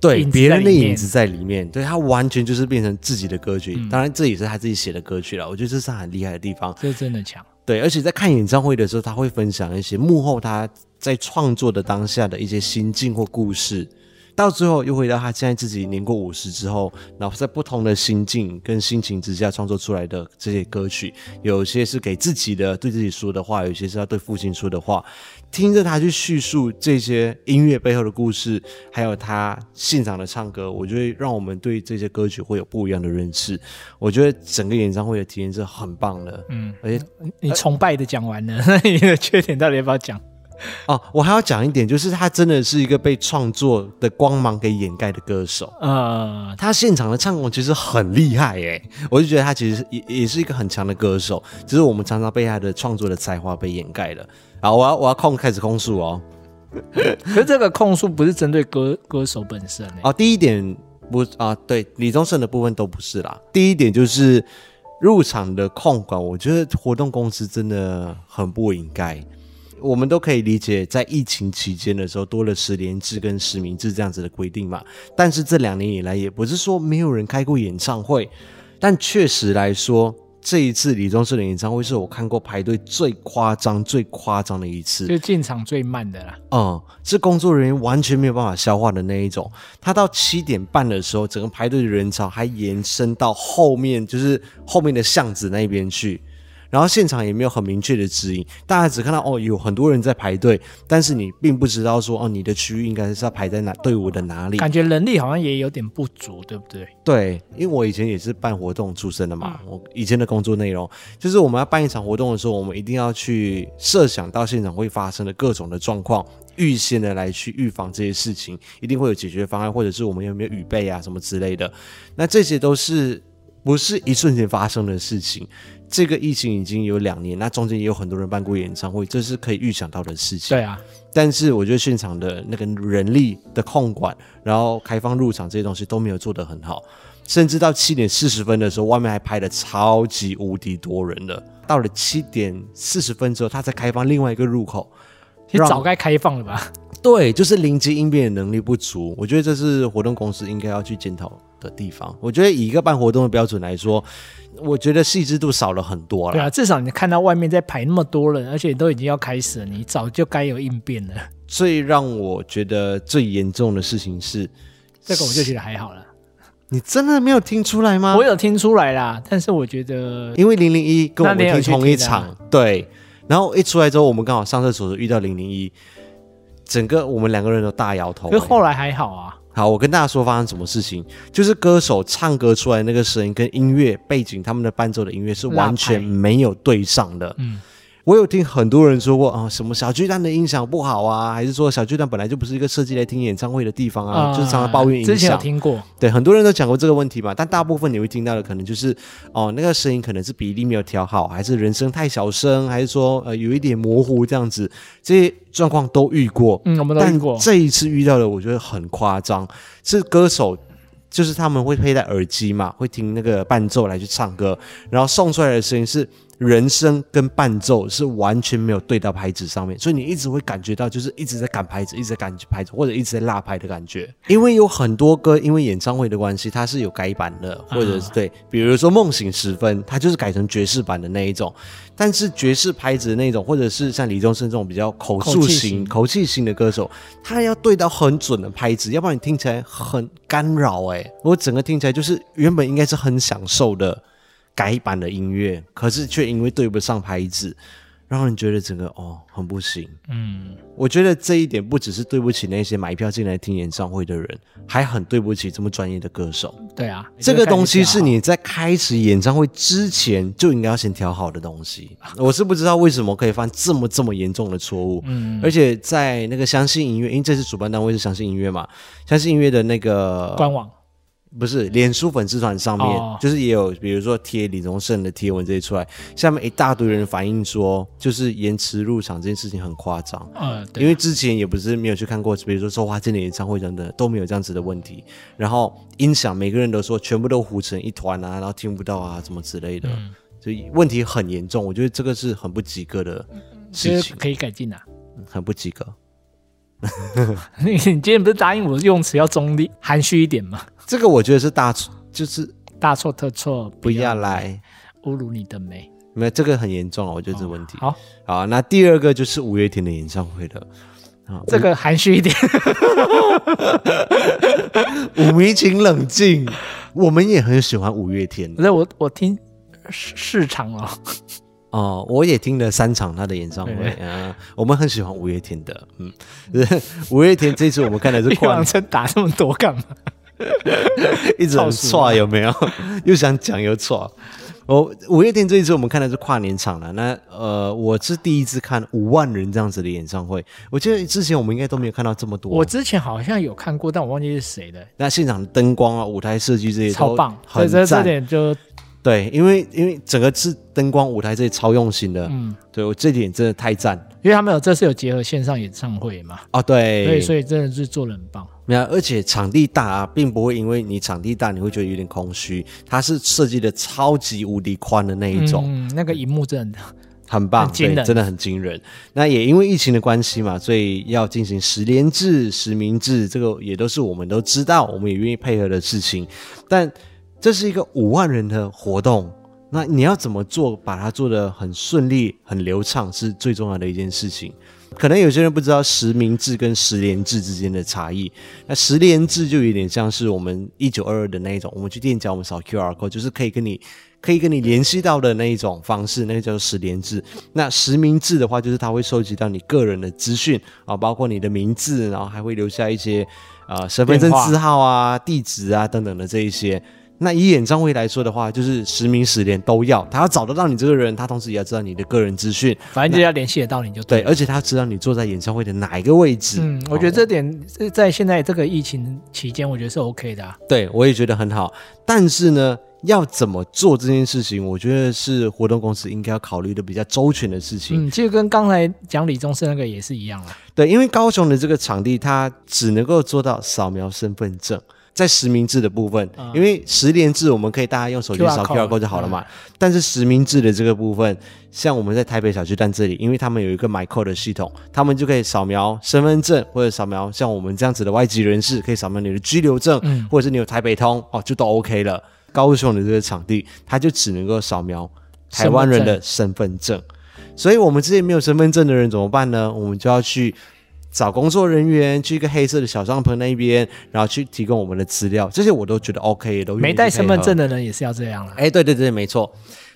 Speaker 1: 对
Speaker 2: 影子
Speaker 1: 别人的
Speaker 2: 在里
Speaker 1: 影
Speaker 2: 面嗯
Speaker 1: 子在里面，对他完全就是变成自己的歌曲。当然，这也是他自己写的歌曲了，我觉得这是他很厉害的地方。
Speaker 2: 这真的强。
Speaker 1: 对，而且在看演唱会的时候，他会分享一些幕后他在创作的当下的一些心境或故事，到最后又回到他现在自己年过五十之后，然后在不同的心境跟心情之下创作出来的这些歌曲，有些是给自己的对自己说的话，有些是他对父亲说的话，听着他去叙述这些音乐背后的故事，还有他现场的唱歌，我觉得让我们对这些歌曲会有不一样的认识。我觉得整个演唱会的体验是很棒的，嗯，而且
Speaker 2: 你崇拜的讲完了， 那你的缺点到底要不要讲？
Speaker 1: 哦，我还要讲一点，就是他真的是一个被创作的光芒给掩盖的歌手。
Speaker 2: 呃，
Speaker 1: 他现场的唱功其实很厉害耶，我就觉得他其实也也是一个很强的歌手，只是我们常常被他的创作的才华被掩盖了。啊，我要我要控开始控诉哦。
Speaker 2: 可是这个控诉不是针对歌歌手本身、欸
Speaker 1: 哦，第一点不啊，对李宗盛的部分都不是啦。第一点就是入场的控管，我觉得活动公司真的很不应该。我们都可以理解，在疫情期间的时候多了实联制跟实名制这样子的规定嘛。但是这两年以来，也不是说没有人开过演唱会，但确实来说，这一次李宗盛的演唱会是我看过排队最夸张、最夸张的一次。
Speaker 2: 就是进场最慢的啦。
Speaker 1: 嗯，是工作人员完全没有办法消化的那一种。他到七点半的时候，整个排队的人潮还延伸到后面，就是后面的巷子那边去。然后现场也没有很明确的指引，大家只看到哦有很多人在排队，但是你并不知道说哦你的区域应该是要排在哪队伍的哪里。
Speaker 2: 感觉人力好像也有点不足，对不对？
Speaker 1: 对，因为我以前也是办活动出身的嘛，我以前的工作内容就是我们要办一场活动的时候，我们一定要去设想到现场会发生的各种的状况，预先的来去预防这些事情，一定会有解决方案，或者是我们有没有预备啊什么之类的。那这些都是不是一瞬间发生的事情？这个疫情已经有两年，那中间也有很多人办过演唱会，这是可以预想到的事情。
Speaker 2: 对啊，
Speaker 1: 但是我觉得现场的那个人力的控管，然后开放入场这些东西都没有做得很好，甚至到七点四十分的时候，外面还排的超级无敌多人的。到了七点四十分之后，他才开放另外一个入口。
Speaker 2: 其实
Speaker 1: 让
Speaker 2: 早该开放了吧？
Speaker 1: 对，就是临机应变的能力不足，我觉得这是活动公司应该要去检讨的地方。我觉得以一个办活动的标准来说，我觉得细致度少了很多
Speaker 2: 对
Speaker 1: 了。
Speaker 2: 啊，至少你看到外面在排那么多人，而且都已经要开始了，你早就该有应变 了。
Speaker 1: 最让我觉得最严重的事情是，
Speaker 2: 这个我就觉得还好了。
Speaker 1: 你真的没有听出来吗？
Speaker 2: 我有听出来啦，但是我觉得
Speaker 1: 因为零零一跟我们
Speaker 2: 那你有
Speaker 1: 听
Speaker 2: 去
Speaker 1: 同一
Speaker 2: 听啊
Speaker 1: 场，对。然后一出来之后，我们刚好上厕所的时候遇到零零一，整个我们两个人都大摇头、
Speaker 2: 可是
Speaker 1: 欸
Speaker 2: 后来还好啊。
Speaker 1: 好，我跟大家说发生什么事情，就是歌手唱歌出来那个声音跟音乐背景他们的伴奏的音乐是完全
Speaker 2: 拉拍
Speaker 1: 没有对上的。
Speaker 2: 嗯，
Speaker 1: 我有听很多人说过啊、什么小巨蛋的音响不好啊，还是说小巨蛋本来就不是一个设计来听演唱会的地方啊，就是常常抱怨音响。
Speaker 2: 呃之前有听过，
Speaker 1: 对，很多人都讲过这个问题嘛，但大部分你会听到的可能就是，哦，那个声音可能是比例没有调好，还是人声太小声，还是说呃有一点模糊这样子，这些状况都遇过。
Speaker 2: 嗯，我们都
Speaker 1: 但
Speaker 2: 听过。
Speaker 1: 这一次遇到的，我觉得很夸张，是歌手。就是他们会佩戴耳机嘛，会听那个伴奏来去唱歌，然后送出来的声音是人声跟伴奏是完全没有对到拍子上面，所以你一直会感觉到就是一直在赶拍子，一直在赶拍子，或者一直在落拍的感觉。因为有很多歌因为演唱会的关系，它是有改版的，
Speaker 2: 啊
Speaker 1: 或者是对，比如说《梦醒时分》，它就是改成爵士版的那一种，但是爵士拍子的那种，或者是像李宗盛这种比较口
Speaker 2: 口
Speaker 1: 述
Speaker 2: 气
Speaker 1: 型、
Speaker 2: 型
Speaker 1: 口气型的歌手，他要对到很准的拍子，要不然你听起来很干扰。哎，我整个听起来就是原本应该是很享受的改版的音乐，可是却因为对不上拍子，让人觉得整个哦很不行。
Speaker 2: 嗯，
Speaker 1: 我觉得这一点不只是对不起那些买票进来听演唱会的人，还很对不起这么专业的歌手。
Speaker 2: 对啊，
Speaker 1: 这个东西是
Speaker 2: 你。
Speaker 1: 你在开始演唱会之前就应该要先调好的东西。
Speaker 2: 啊
Speaker 1: 我是不知道为什么可以犯这么这么严重的错误。嗯，而且在那个相信音乐，因为这次主办单位是相信音乐嘛，相信音乐的那个
Speaker 2: 官网
Speaker 1: 不是脸书粉丝团上面，
Speaker 2: 哦
Speaker 1: 就是也有比如说贴李宗盛的贴文这些出来，下面一大堆人反映说，就是延迟入场这件事情很夸张。
Speaker 2: 呃，
Speaker 1: 因
Speaker 2: 对，
Speaker 1: 为之前也不是没有去看过，比如说周华健的演唱会等等都没有这样子的问题。然后音响每个人都说全部都糊成一团啊，然后听不到啊，什么之类的，所以问题很严重。我觉得这个是很不及格的
Speaker 2: 就
Speaker 1: 事
Speaker 2: 是
Speaker 1: 情，
Speaker 2: 可以改进啊。
Speaker 1: 很不及格。
Speaker 2: 你你今天不是答应我用词要中立、含蓄一点吗？
Speaker 1: 这个我觉得是大错，就是
Speaker 2: 大错特错，
Speaker 1: 不要来，
Speaker 2: 侮辱你的美。
Speaker 1: 没有这个很严重啊了。我觉得这个问题。
Speaker 2: 好，
Speaker 1: 好，啊那第二个就是五月天的演唱会了。
Speaker 2: 这个含蓄一点。
Speaker 1: 嗯 五迷请冷静， 我们也很喜欢五月天
Speaker 2: 可是我我听市市场哦，
Speaker 1: 哦，我也听了三场他的演唱会
Speaker 2: 对，
Speaker 1: 嗯、我们很喜欢五月天的，嗯， 五月天这次我们看的是
Speaker 2: 叶
Speaker 1: 冠
Speaker 2: 王，琛打这么多干嘛？
Speaker 1: 一直很错啊有没有？ 又想讲又错。我五月天这一次我们看的是跨年场了，那呃，我是第一次看五万人这样子的演唱会，我记得之前我们应该都没有看到这么多。
Speaker 2: 我之前好像有看过，但我忘记是谁的，
Speaker 1: 那现场的灯光啊、舞台设计这些
Speaker 2: 超
Speaker 1: 都
Speaker 2: 棒。所
Speaker 1: 很
Speaker 2: 以这这
Speaker 1: 赞。
Speaker 2: 点就
Speaker 1: 对，因为因为整个是灯光舞台这些超用心的，
Speaker 2: 嗯，
Speaker 1: 对我这点真的太赞
Speaker 2: 因为他们有这次有结合线上演唱会嘛，
Speaker 1: 哦。对，
Speaker 2: 对，所以真的是做的很棒。
Speaker 1: 没有，而且场地大啊，并不会因为你场地大你会觉得有点空虚，它是设计的超级无敌宽的那一种。
Speaker 2: 嗯，那个荧幕真的
Speaker 1: 很棒，
Speaker 2: 很惊人
Speaker 1: 对真的很惊人。那也因为疫情的关系嘛，所以要进行十连制、实名制，这个也都是我们都知道，我们也愿意配合的事情。但这是一个五万人的活动，那你要怎么做，把它做得很顺利、很流畅，是最重要的一件事情。可能有些人不知道实名制跟实联制之间的差异。那实联制就有点像是我们一九二二的那一种，我们去店家我们扫 QR code，就是可以跟你可以跟你联系到的那一种方式，那个叫做实联制。那实名制的话，就是它会收集到你个人的资讯啊，包括你的名字，然后还会留下一些呃身份证
Speaker 2: 电话
Speaker 1: 字号啊、地址啊等等的这一些。那以演唱会来说的话，就是实名实联都要，他要找得到你这个人，他同时也要知道你的个人资讯，
Speaker 2: 反正就要联系得到你就
Speaker 1: 对，
Speaker 2: 了。
Speaker 1: 而且他要知道你坐在演唱会的哪一个位置。
Speaker 2: 嗯，我觉得
Speaker 1: 哦
Speaker 2: 这点这在现在这个疫情期间，我觉得是 OK 的、啊。
Speaker 1: 对我也觉得很好。但是呢，要怎么做这件事情，我觉得是活动公司应该要考虑的比较周全的事情。
Speaker 2: 嗯，其实跟刚才讲李宗盛那个也是一样啦。
Speaker 1: 对，因为高雄的这个场地，它只能够做到扫描身份证。在实名制的部分，
Speaker 2: 嗯
Speaker 1: 因为实联制我们可以大家用手机
Speaker 2: QR
Speaker 1: 扫
Speaker 2: code
Speaker 1: QR 啊 code 嗯就好了嘛。但是实名制的这个部分，像我们在台北小巨蛋这里，因为他们有一个 My Code 的系统，他们就可以扫描身份证或者扫描像我们这样子的外籍人士，可以扫描你的居留证，
Speaker 2: 嗯
Speaker 1: 或者是你有台北通哦，就都 OK 了。高雄的这个场地，它就只能够扫描台湾人的身份证。所以我们这些没有身份证的人怎么办呢？我们就要去找工作人员，去一个黑色的小帐篷那边，然后去提供我们的资料，这些我都觉得 OK，都愿意
Speaker 2: 没带
Speaker 1: 去配
Speaker 2: 身
Speaker 1: 合
Speaker 2: 份证。的人也是要这样啦。
Speaker 1: 哎，对对对，没错。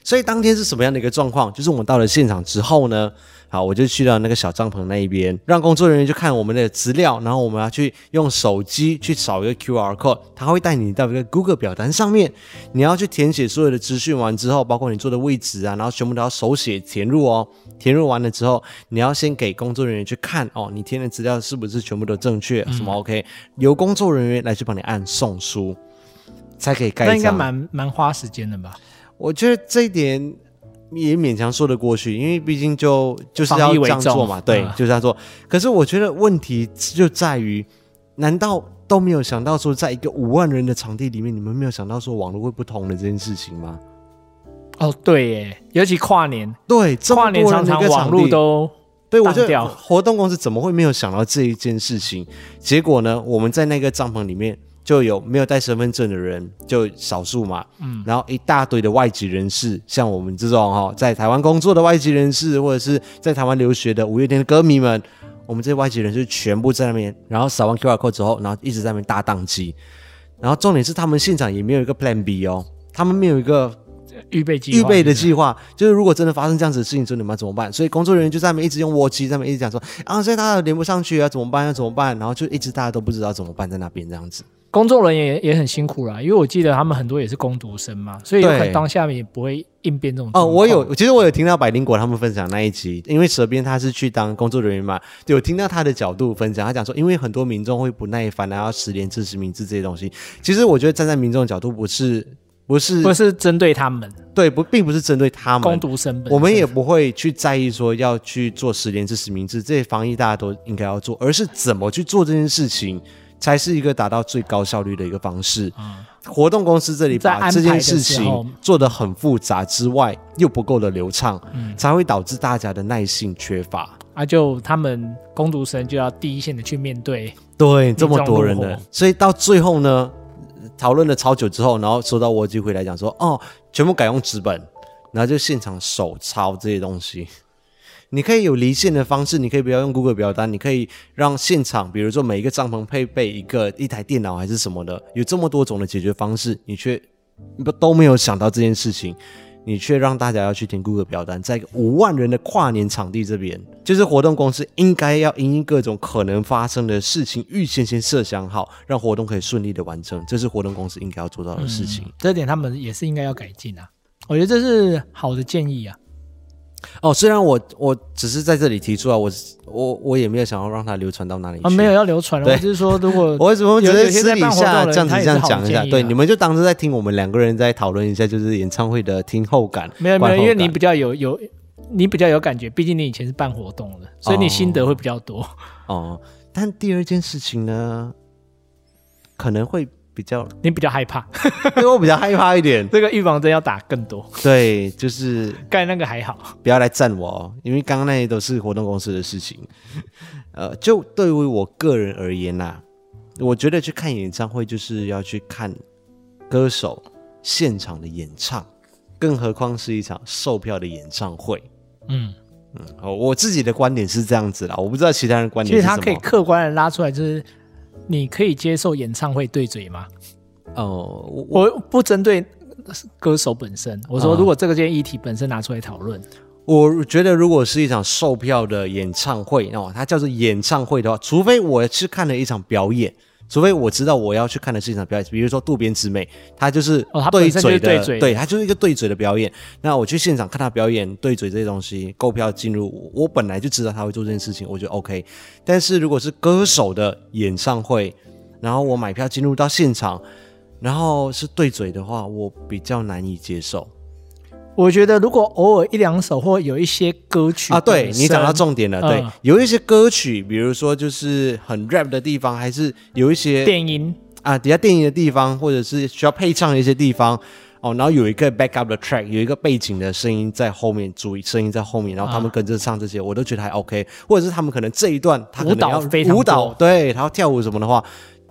Speaker 1: 所以当天是什么样的一个状况？就是我们到了现场之后呢，好，我就去到那个小帐篷那一边，让工作人员就看我们的资料，然后我们要去用手机去扫一个 QR code，他会带你到一个 Google 表单上面，你要去填写所有的资讯完之后，包括你坐的位置啊，然后全部都要手写填入哦。填入完了之后，你要先给工作人员去看哦，你填的资料是不是全部都正确，什
Speaker 2: 嗯
Speaker 1: 么 OK，由工作人员来去帮你按送书，才可以盖章。
Speaker 2: 那应该蛮蛮花时间的吧？
Speaker 1: 我觉得这一点也勉强说得过去，因为毕竟就就是要
Speaker 2: 防疫
Speaker 1: 这
Speaker 2: 为
Speaker 1: 样做嘛，
Speaker 2: 重
Speaker 1: 对，
Speaker 2: 嗯
Speaker 1: 就是这样做。可是我觉得问题就在于，难道都没有想到说，在一个五万人的场地里面，你们没有想到说网络会不同的这件事情吗？
Speaker 2: 哦，对耶，尤其跨年，
Speaker 1: 对，这
Speaker 2: 跨
Speaker 1: 么
Speaker 2: 年
Speaker 1: 多人
Speaker 2: 常
Speaker 1: 的一
Speaker 2: 常
Speaker 1: 个
Speaker 2: 网
Speaker 1: 场
Speaker 2: 络
Speaker 1: 地，
Speaker 2: 都
Speaker 1: 对，我觉
Speaker 2: 当
Speaker 1: 得
Speaker 2: 掉
Speaker 1: 活动公司怎么会没有想到这一件事情？结果呢，我们在那个帐篷里面就有没有带身份证的人，就少数嘛，嗯，然后一大堆的外籍人士，像我们这种哦，在台湾工作的外籍人士，或者是在台湾留学的五月天的歌迷们。我们这些外籍人士全部在那边，然后扫完 QR code 之后，然后一直在那边大宕机。然后重点是他们现场也没有一个 Plan B 哦，他们没有一个
Speaker 2: 预备计划
Speaker 1: 预备的计划，就是如果真的发生这样子的事情，之后你们要怎么办？所以工作人员就在那边一直用握机，在那边一直讲说啊，现在大家连不上去啊，怎么办？要怎么办？然后就一直大家都不知道怎么办，在那边这样子。
Speaker 2: 工作人员也也很辛苦啦，因为我记得他们很多也是工读生嘛，所以有可
Speaker 1: 对
Speaker 2: 能当下面也不会应变这种。
Speaker 1: 哦，我，有，其实我有听到百灵果他们分享那一集，因为蛇边他是去当工作人员嘛，有听到他的角度分享，他讲说，因为很多民众会不耐烦啊，要十连制、实名制这些东西。其实我觉得站在民众的角度不是。不是
Speaker 2: 不是针对他们
Speaker 1: 对，不，并不是针对他们
Speaker 2: 工，读生本身，
Speaker 1: 我们也不会去在意说要去做十连制、实名制这些防疫，大家都应该要做，而是怎么去做这件事情，才是一个达到最高效率的一个方式。活动公司这里
Speaker 2: 在安
Speaker 1: 把
Speaker 2: 排
Speaker 1: 这件事
Speaker 2: 的时候
Speaker 1: 情做得很复杂之外，又不够的流畅，才会导致大家的耐性缺乏。
Speaker 2: 啊，就他们工读生就要第一线的去面对，
Speaker 1: 对，这么多人
Speaker 2: 入
Speaker 1: 的
Speaker 2: 伙，
Speaker 1: 所以到最后呢，讨论了超久之后，然后收到我机回来讲说，哦，全部改用纸本，然后就现场手抄这些东西。你可以有离线的方式，你可以不要用 Google 表单，你可以让现场，比如说每一个帐篷配备一个一台电脑还是什么的，有这么多种的解决方式，你却不都没有想到这件事情，你却让大家要去填 Google 表单，在五万人的跨年场地这边，就是活动公司应该要因应各种可能发生的事情，预先先设想好，让活动可以顺利的完成，这是活动公司应该要做到的事情。
Speaker 2: 嗯这点他们也是应该要改进啊。我觉得这是好的建议啊。
Speaker 1: 哦，虽然我我只是在这里提出啊来，我我我也没有想要让它流传到哪里去。
Speaker 2: 啊，没有要流传了，
Speaker 1: 对
Speaker 2: 我就是说，如果
Speaker 1: 我为什么只
Speaker 2: 有
Speaker 1: 是
Speaker 2: 有些
Speaker 1: 私底
Speaker 2: 在办活动
Speaker 1: 下
Speaker 2: 的人
Speaker 1: 这样子
Speaker 2: 他也
Speaker 1: 这
Speaker 2: 是
Speaker 1: 样
Speaker 2: 好的
Speaker 1: 讲一下
Speaker 2: 建？议啊
Speaker 1: 对，你们就当是在听我们两个人在讨论一下，就是演唱会的听后感。
Speaker 2: 没有没
Speaker 1: 观
Speaker 2: 有，
Speaker 1: 后
Speaker 2: 因为你
Speaker 1: 感
Speaker 2: 比较有有，你比较有感觉，毕竟你以前是办活动
Speaker 1: 哦
Speaker 2: 的，所以你心得会比较多。
Speaker 1: 哦，但第二件事情呢，可能会比较，
Speaker 2: 你比较害怕，
Speaker 1: 因为我比较害怕一点。
Speaker 2: 这个预防针要打更多，
Speaker 1: 对，就是
Speaker 2: 盖那个还好，
Speaker 1: 不要来赞我哦，因为刚刚那些都是活动公司的事情。 呃，就对于我个人而言呐、我觉得去看演唱会就是要去看歌手现场的演唱，更何况是一场售票的演唱会。
Speaker 2: 嗯，
Speaker 1: 嗯哦，我自己的观点是这样子啦，我不知道其他人观
Speaker 2: 其
Speaker 1: 点是
Speaker 2: 实他
Speaker 1: 什
Speaker 2: 可以
Speaker 1: 么。
Speaker 2: 客观的拉出来，就是你可以接受演唱会对嘴吗？
Speaker 1: 哦、我我
Speaker 2: 我不针对歌手本身，我说
Speaker 1: 嗯
Speaker 2: 如果这个件议题本身拿出来讨论，
Speaker 1: 我觉得如果是一场售票的演唱会，哦，它叫做演唱会的话，除非我是看了一场表演，除非我知道我要去看的是一场表演，比如说渡边直美，她就是
Speaker 2: 哦她
Speaker 1: 对
Speaker 2: 本身就
Speaker 1: 嘴
Speaker 2: 是
Speaker 1: 的，
Speaker 2: 对嘴的
Speaker 1: 对，她就是一个对嘴的表演。那我去现场看她表演对嘴这些东西，购票进入，我本来就知道她会做这件事情，我觉得 OK。但是如果是歌手的演唱会，然后我买票进入到现场，然后是对嘴的话，我比较难以接受。
Speaker 2: 我觉得如果偶尔一两首或有一些歌曲
Speaker 1: 啊，对
Speaker 2: 本身
Speaker 1: 你讲到重点了，对
Speaker 2: 嗯，
Speaker 1: 有一些歌曲，比如说就是很 rap 的地方，还是有一些
Speaker 2: 电音，
Speaker 1: 啊比较电影的地方，或者是需要配唱的一些地方。哦，然后有一个 backup 的 track，有一个背景的声音在后面，主声音在后面，然后他们
Speaker 2: 啊
Speaker 1: 跟着唱这些，我都觉得还 OK。或者是他们可能这一段他可能
Speaker 2: 舞蹈
Speaker 1: 要
Speaker 2: 非常
Speaker 1: 舞蹈
Speaker 2: 多
Speaker 1: 对，然后跳舞什么的话，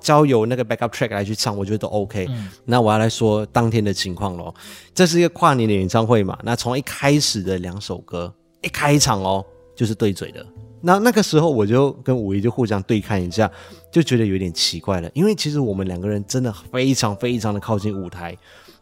Speaker 1: 交由那个 backup track 来去唱，我觉得都 OK。那
Speaker 2: 嗯
Speaker 1: 我要来说当天的情况咯，这是一个跨年的演唱会嘛，那从一开始的两首歌，一开场哦就是对嘴的。那那个时候我就跟五一就互相对看一下，就觉得有点奇怪了，因为其实我们两个人真的非常非常的靠近舞台，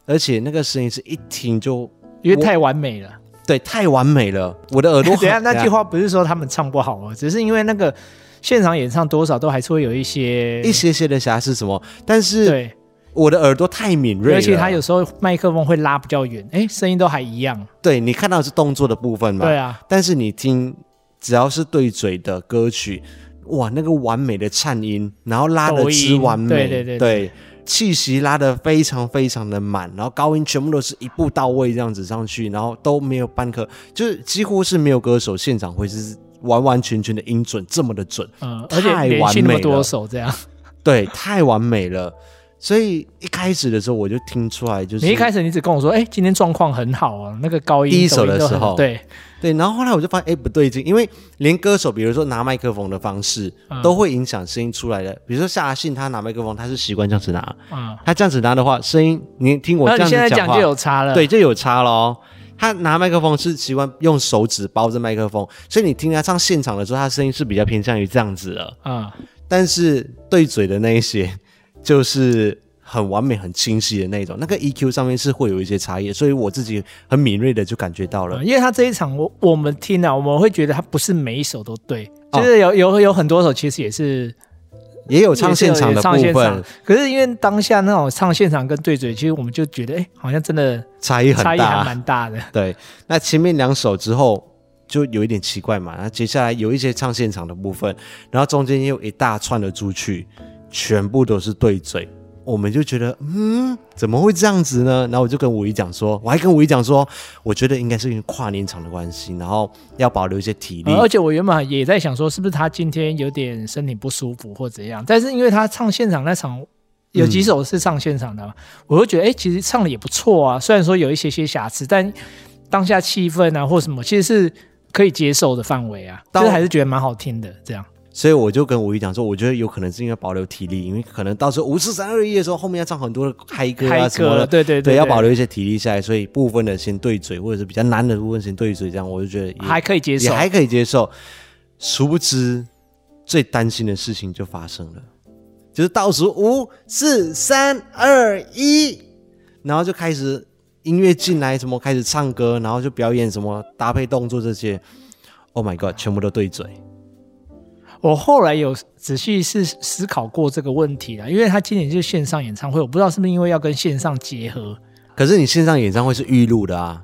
Speaker 1: 而且那个声音是一听就
Speaker 2: 因为太完美了。
Speaker 1: 对太完美了，我的耳朵
Speaker 2: 等一
Speaker 1: 很。啊
Speaker 2: 下那句话不是说他们唱不好哦，只是因为那个现场演唱多少都还是会有一些
Speaker 1: 一些些的瑕疵什么，但是
Speaker 2: 对，
Speaker 1: 我的耳朵太敏锐了，
Speaker 2: 而且他有时候麦克风会拉比较远，哎，声音都还一样。
Speaker 1: 对你看到的是动作的部分嘛？
Speaker 2: 对啊，
Speaker 1: 但是你听，只要是对嘴的歌曲，哇，那个完美的颤音，然后拉的
Speaker 2: 抖
Speaker 1: 之
Speaker 2: 音
Speaker 1: 完美，
Speaker 2: 对对对对
Speaker 1: 气息拉的非常非常的满，然后高音全部都是一步到位这样子上去，然后都没有半颗，就是几乎是没有歌手现场会是完完全全的音准这么的准，
Speaker 2: 嗯，
Speaker 1: 太
Speaker 2: 而且连续
Speaker 1: 完
Speaker 2: 那么
Speaker 1: 美
Speaker 2: 多
Speaker 1: 了
Speaker 2: 首这样，
Speaker 1: 对，太完美了。所以一开始的时候我就听出来，就是
Speaker 2: 你一开始你只跟我说，哎，今天状况很好哦，那个高音
Speaker 1: 第一首的
Speaker 2: 抖音都很
Speaker 1: 时候
Speaker 2: 对，
Speaker 1: 对，然后后来我就发现，哎，不对劲，因为连歌手，比如说拿麦克风的方式，
Speaker 2: 嗯
Speaker 1: 都会影响声音出来的。比如说夏信，他拿麦克风，他是习惯这样子拿，
Speaker 2: 嗯，
Speaker 1: 他这样子拿的话，声音你听我
Speaker 2: 那
Speaker 1: 这
Speaker 2: 你
Speaker 1: 样
Speaker 2: 现在
Speaker 1: 子
Speaker 2: 讲
Speaker 1: 话，
Speaker 2: 就有差了，
Speaker 1: 对，，就有差咯。他拿麦克风是习惯用手指包着麦克风，所以你听他唱现场的时候，他声音是比较偏向于这样子的。
Speaker 2: 嗯，
Speaker 1: 但是对嘴的那一些，就是很完美、很清晰的那种，那个 EQ 上面是会有一些差异，所以我自己很敏锐的就感觉到了。
Speaker 2: 因为他这一场我我们听啊，我们会觉得他不是每一首都对，
Speaker 1: 哦
Speaker 2: 就是有有有很多首其实也是
Speaker 1: 也有唱现场的部
Speaker 2: 也是有唱现
Speaker 1: 分
Speaker 2: 场，可是因为当下那种唱现场跟对嘴，其实我们就觉得，哎、好像真的
Speaker 1: 差异很
Speaker 2: 差异还
Speaker 1: 大。
Speaker 2: 蛮大的。
Speaker 1: 对，那前面两首之后就有一点奇怪嘛，那接下来有一些唱现场的部分，然后中间又一大串的出去，全部都是对嘴。我们就觉得，嗯，怎么会这样子呢？然后我就跟五一讲说，我还跟五一讲说，我觉得应该是因为跨年场的关系，然后要保留一些体力
Speaker 2: 呃。而且我原本也在想说，是不是他今天有点身体不舒服或怎样？但是因为他唱现场那场有几首是唱现场的嘛，我就觉得，哎、其实唱的也不错啊。虽然说有一些些瑕疵，但当下气氛啊或什么，其实是可以接受的范围啊，
Speaker 1: 到
Speaker 2: 就是还是觉得蛮好听的。这样，
Speaker 1: 所以我就跟五一讲说，我觉得有可能是因为保留体力，因为可能到时候五四三二一的时候，后面要唱很多的嗨歌啊
Speaker 2: 嗨
Speaker 1: 什么
Speaker 2: 歌，
Speaker 1: 的，
Speaker 2: 对对
Speaker 1: 对，要保
Speaker 2: 留
Speaker 1: 留一些体力下来，所以部分的先对嘴，或者是比较难的部分先对嘴，这样我就觉得也
Speaker 2: 还可以接
Speaker 1: 也
Speaker 2: 受。
Speaker 1: 还可以接受。殊不知，最担心的事情就发生了，就是倒数五、四、三、二、一，然后就开始音乐进来，什么开始唱歌，然后就表演什么搭配动作这些。Oh my god，全部都对嘴。
Speaker 2: 我后来有仔细是思考过这个问题啦，因为他今年就是线上演唱会，我不知道是不是因为要跟线上结合
Speaker 1: 可是你线上演唱会是预录的啊，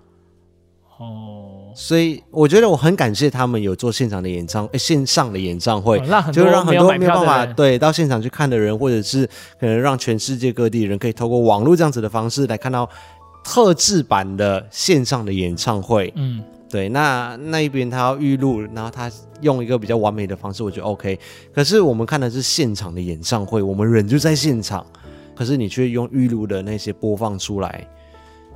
Speaker 2: 哦，
Speaker 1: 所以我觉得我很感谢他们有做现场的演唱，呃线上的演唱会
Speaker 2: 哦，让很
Speaker 1: 就
Speaker 2: 多
Speaker 1: 让很
Speaker 2: 没有
Speaker 1: 多
Speaker 2: 买
Speaker 1: 没有
Speaker 2: 票
Speaker 1: 办
Speaker 2: 的
Speaker 1: 法
Speaker 2: 人
Speaker 1: 对到现场去看的人，或者是可能让全世界各地人可以透过网络这样子的方式来看到特制版的线上的演唱会。
Speaker 2: 嗯，
Speaker 1: 对，那那一边他要预录，然后他用一个比较完美的方式，我觉得 OK。可是我们看的是现场的演唱会，我们人就在现场，可是你却用预录的那些播放出来，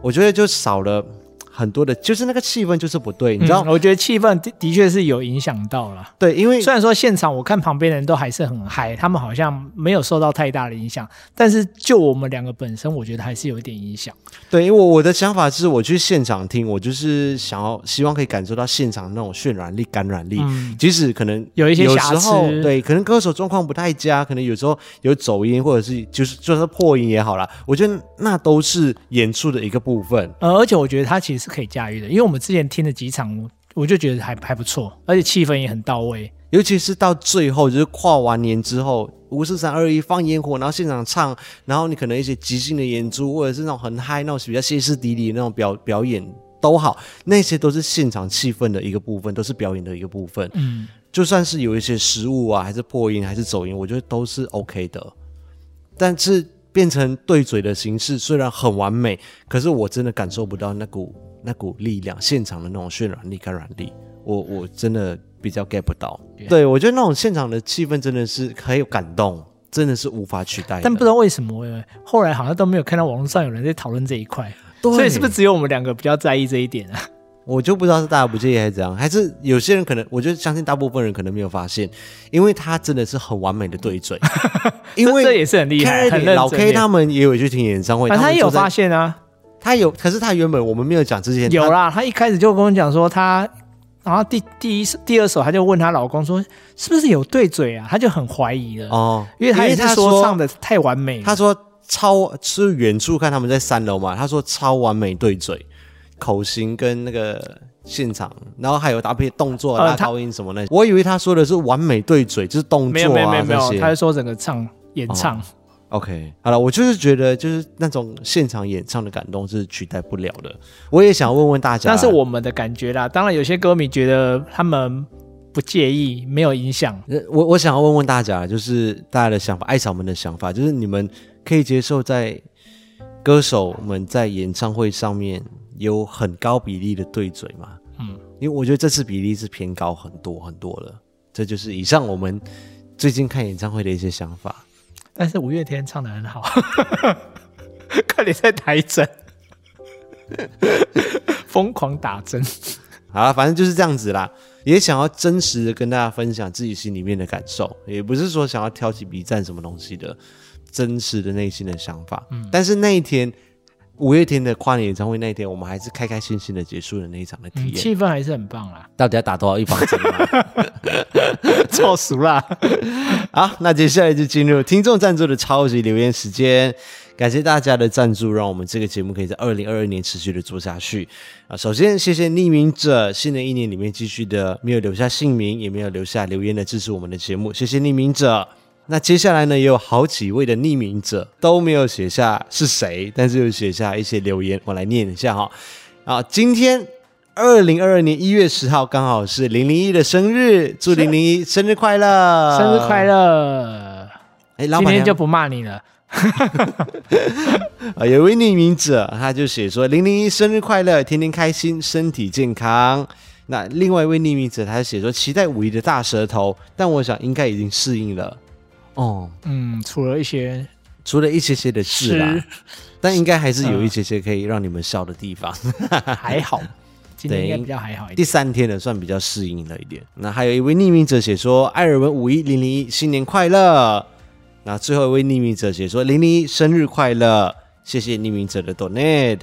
Speaker 1: 我觉得就少了很多的，就是那个气氛就是不对，你知道？
Speaker 2: 嗯我觉得气氛的的确是有影响到了。
Speaker 1: 对，因为
Speaker 2: 虽然说现场我看旁边的人都还是很嗨，他们好像没有受到太大的影响，但是就我们两个本身，我觉得还是有一点影响。
Speaker 1: 对，因为我我的想法是，我去现场听，我就是想要希望可以感受到现场那种渲染力、感染力。
Speaker 2: 嗯
Speaker 1: 即使可能
Speaker 2: 有一些
Speaker 1: 有
Speaker 2: 瑕
Speaker 1: 时候
Speaker 2: 疵
Speaker 1: 对，可能歌手状况不太佳，可能有时候有走音，或者是就是就是破音也好啦，我觉得那都是演出的一个部分。
Speaker 2: 呃，而且我觉得他其实是可以驾驭的，因为我们之前听了几场，我我就觉得还还不错，而且气氛也很到位。
Speaker 1: 尤其是到最后，就是跨完年之后，五四三二一放烟火，然后现场唱，然后你可能一些即兴的演出，或者是那种很嗨、那种比较歇斯底里的那种表表演都好，那些都是现场气氛的一个部分，都是表演的一个部分。
Speaker 2: 嗯，
Speaker 1: 就算是有一些失误啊，还是破音，还是走音，我觉得都是 OK 的。但是变成对嘴的形式，虽然很完美，可是我真的感受不到那股那股力量，现场的那种渲染力、感染力，我我真的比较 get 不到。对我觉得那种现场的气氛真的是很有感动，真的是无法取代的。
Speaker 2: 但不知道为什么，呃后来好像都没有看到网络上有人在讨论这一块，
Speaker 1: 对
Speaker 2: 所以是不是只有我们两个比较在意这一点啊？
Speaker 1: 我就不知道是大家不介意还是怎样，还是有些人可能，我就相信大部分人可能没有发现，因为他真的是很完美的对 嘴，因为
Speaker 2: 这 也是很厉害
Speaker 1: Carrie，
Speaker 2: 很认真
Speaker 1: 老 K
Speaker 2: 耶
Speaker 1: 他们也有去听演唱会，
Speaker 2: 反正他
Speaker 1: 们
Speaker 2: 也
Speaker 1: 就
Speaker 2: 有
Speaker 1: 在
Speaker 2: 发，现啊，
Speaker 1: 他有，可是他原本我们没有讲之前，
Speaker 2: 有啊
Speaker 1: 他
Speaker 2: 啦，他一开始就跟我讲说他。然后第第一第二首，他就问她老公说：“是不是有对嘴啊？”他就很怀疑了，
Speaker 1: 哦，
Speaker 2: 因为他也是
Speaker 1: 他
Speaker 2: 说唱
Speaker 1: 说
Speaker 2: 的太完美了。
Speaker 1: 他说超是远处看他们在三楼嘛，他说超完美对嘴，口型跟那个现场，然后还有搭配动作、
Speaker 2: 呃
Speaker 1: 拉
Speaker 2: 他
Speaker 1: 高音什么的，我以为他说的是完美对嘴，就是动
Speaker 2: 没有
Speaker 1: 作
Speaker 2: 没有没
Speaker 1: 啊
Speaker 2: 有没
Speaker 1: 那
Speaker 2: 有，他
Speaker 1: 些。哦
Speaker 2: 是说整个唱演唱，
Speaker 1: OK，好了，我就是觉得就是那种现场演唱的感动是取代不了的。我也想问问大家，
Speaker 2: 那是我们的感觉啦。当然，有些歌迷觉得他们不介意，没有影响。
Speaker 1: 呃我我想要问问大家，就是大家的想法，艾草们的想法，就是你们可以接受在歌手们在演唱会上面有很高比例的对嘴吗？
Speaker 2: 嗯，
Speaker 1: 因为我觉得这次比例是偏高很多很多了。这就是以上我们最近看演唱会的一些想法。
Speaker 2: 但是五月天唱的很好， 快点在台针， 疯狂打针。
Speaker 1: 好了，反正就是这样子啦。也想要真实的跟大家分享自己心里面的感受，也不是说想要挑起比战什么东西的，真实的内心的想法。但是那一天，五月天的跨年演唱会那一天，我们还是开开心心的结束了那一场的体
Speaker 2: 嗯，
Speaker 1: 验。
Speaker 2: 气氛还是很棒啦，
Speaker 1: 到底要打多少预防针啊？
Speaker 2: 做熟啦。
Speaker 1: 好，那接下来就进入听众赞助的超级留言时间。感谢大家的赞助，让我们这个节目可以在二零二二年持续的做下去啊！首先，谢谢匿名者，新的一年里面继续的没有留下姓名，也没有留下留言的支持我们的节目，谢谢匿名者。那接下来呢，也有好几位的匿名者都没有写下是谁，但是有写下一些留言，我来念一下哈。啊，今天二零二二年一月十号刚好是零零一的生日，祝零零一生日快乐，
Speaker 2: 生日快！乐！
Speaker 1: 哎，老
Speaker 2: 今
Speaker 1: 板
Speaker 2: 天
Speaker 1: 娘
Speaker 2: 就不骂你了。
Speaker 1: 啊，有一位匿名者，他就写说：“零零一生日快乐，天天开心，身体健康。”那另外一位匿名者，他就写说：“期待五一的大舌头，但我想应该已经适应了。”哦，
Speaker 2: 嗯，除了一些
Speaker 1: 除了一些些的事啦
Speaker 2: 吃，
Speaker 1: 但应该还是有一些些可以让你们笑的地方。
Speaker 2: 还 好，今天
Speaker 1: 对
Speaker 2: 应该比较还好一
Speaker 1: 第
Speaker 2: 点。
Speaker 1: 三天了，算比较适应了一点。那还有一位匿名者写说：“艾尔文五一零零一新年快乐。”那最后一位匿名者写说：“零零一生日快乐，谢谢匿名者的 donate。”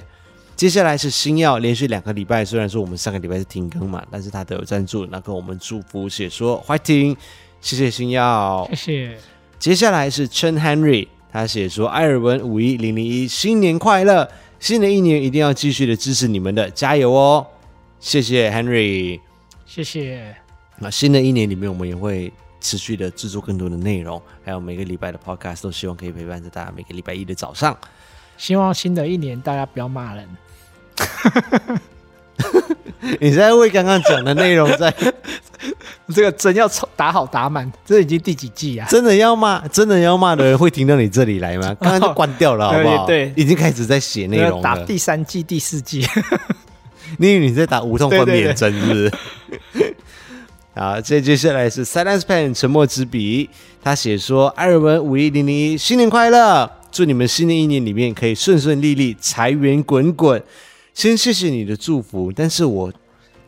Speaker 1: 接下来是星耀，连续两个礼拜，虽然说我们上个礼拜是停更嘛，但是他都有赞助，那跟我们祝福写说欢迎，谢谢星耀
Speaker 2: 谢。谢。
Speaker 1: 接下来是 Chen Henry，他写说：“艾尔文五一零零一，新年快乐！新的一年一定要继续的支持你们的，加油哦！谢谢 Henry。
Speaker 2: 谢谢，
Speaker 1: 那新的一年里面，我们也会持续的制作更多的内容，还有每个礼拜的 podcast 都希望可以陪伴着大家每个礼拜一的早上。
Speaker 2: 希望新的一年大家不要骂人。
Speaker 1: 你在为刚刚讲的内容在
Speaker 2: 这个针要抽打好打满，这已经第几季啊？
Speaker 1: 真的要骂，真的要骂的人会停到你这里来吗？刚刚就关掉了，好不好？
Speaker 2: 对
Speaker 1: 已经开始在写内容
Speaker 2: 打
Speaker 1: 了。
Speaker 2: 第三季、第四季。
Speaker 1: 因为你在打无痛分
Speaker 2: 对
Speaker 1: 娩
Speaker 2: 对对
Speaker 1: 针，是不是？ 好，这接下来是 Silence Pen 沉默之笔，他写说：“艾尔文五一零零一，新年快乐！祝你们新的一年里面可以顺顺利利，财源滚滚。先谢谢你的祝福，但是我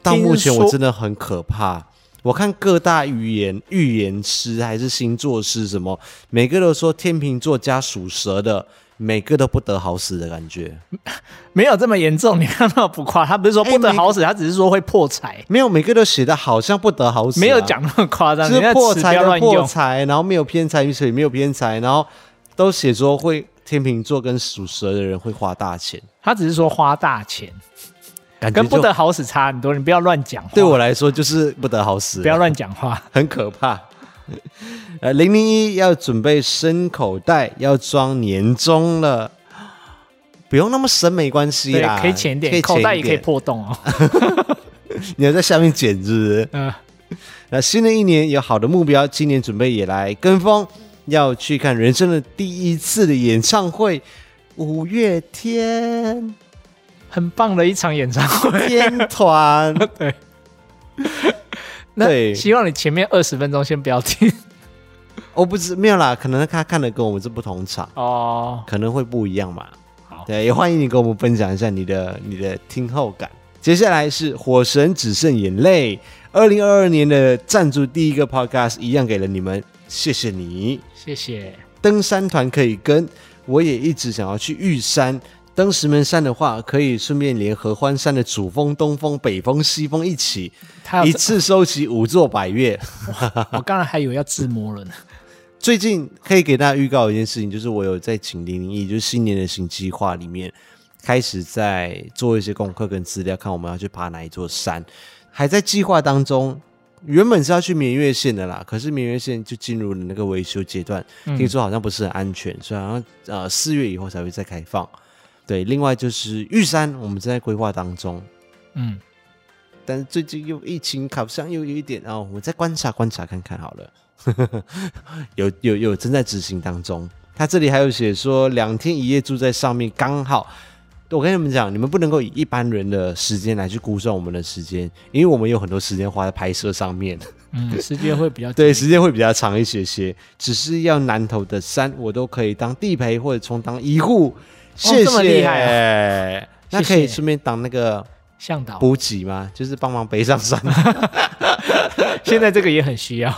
Speaker 1: 到目前
Speaker 2: 听说
Speaker 1: 我真的很可怕。我看各大预言预言师还是星座师什么，每个都说天秤座加属蛇的，每个都不得好死的感觉。
Speaker 2: 没有这么严 重，你看到不夸，他不是
Speaker 1: 哎
Speaker 2: 说不得好死，他只是说会破财，
Speaker 1: 没有每个都写的好像不得好死、啊，
Speaker 2: 没有讲那么夸张，
Speaker 1: 就
Speaker 2: 人
Speaker 1: 是
Speaker 2: 家
Speaker 1: 破
Speaker 2: 词不
Speaker 1: 财
Speaker 2: 要
Speaker 1: 的
Speaker 2: 乱
Speaker 1: 破
Speaker 2: 用。
Speaker 1: 财，然后没有偏财与水没有偏财，然后都写说会天秤座跟属蛇的人会花大钱，
Speaker 2: 他只是说花大钱，
Speaker 1: 感觉
Speaker 2: 跟
Speaker 1: 就
Speaker 2: 不得好啊死差很多，你不要乱讲话。
Speaker 1: 对我来说就是不得好死，
Speaker 2: 不要乱讲 话。
Speaker 1: 很可怕。呃，零零一要准备深口袋，要装年终了，不用那么深没关系
Speaker 2: 对
Speaker 1: 啦，，
Speaker 2: 可以浅一
Speaker 1: 啊可
Speaker 2: 点，
Speaker 1: 以
Speaker 2: 口
Speaker 1: 浅
Speaker 2: 袋
Speaker 1: 一
Speaker 2: 也可以
Speaker 1: 点，
Speaker 2: 破洞哦。
Speaker 1: 你要在下面剪是不是？
Speaker 2: 嗯，
Speaker 1: 那新的一年有好的目标，今年准备也来跟风，要去看人生的第一次的演唱会，五月天
Speaker 2: 很棒的一场演 唱会。
Speaker 1: 天团， 对
Speaker 2: 那希望你前面二十分钟先不要听
Speaker 1: 我哦不知没有啦，可能他看的跟我们是不同场，
Speaker 2: 哦。
Speaker 1: 可能会不一样嘛。
Speaker 2: 好
Speaker 1: 对，也欢迎你跟我们分享一下你的你的听后感。接下来是《火神只剩眼泪》，二零二二年的赞助第一个 podcast 一样给了你们，谢谢你。
Speaker 2: 谢谢。
Speaker 1: 登山团可以跟，我也一直想要去玉山。登石门山的话，可以顺便连合欢山的主峰、东峰、北峰、西峰一起，
Speaker 2: 他
Speaker 1: 一
Speaker 2: 有，
Speaker 1: 次收集五座百岳。
Speaker 2: 我刚才还以为要自摸了呢。
Speaker 1: 最近可以给大家预告一件事情，就是我有在请零零一，就是新年的新计划里面，开始在做一些功课跟资料，看我们要去爬哪一座山，还在计划当中。原本是要去绵月县的啦，可是绵月县就进入了那个维修阶段，听说好像不是很安全，所以好像呃四月以后才会再开放。对，另外就是玉山，我们正在规划当中，
Speaker 2: 嗯，
Speaker 1: 但是最近又疫情考上又有一点哦，我们再观察观察看看好了。 有有有正在执行当中，他这里还有写说两天一夜住在上面刚好。我跟你们讲，你们不能够以一般人的时间来去估算我们的时间，因为我们有很多时间花在拍摄上面。
Speaker 2: 嗯，世界会比较
Speaker 1: 对，时间会比较长一些些。只是要南投的山，我都可以当地陪或者充当医护。谢谢，
Speaker 2: 哦这么厉害啊
Speaker 1: 那
Speaker 2: 谢谢
Speaker 1: 可以顺便当那个
Speaker 2: 向导。
Speaker 1: 补给吗？就是帮忙背上山，
Speaker 2: 现在这个也很需要。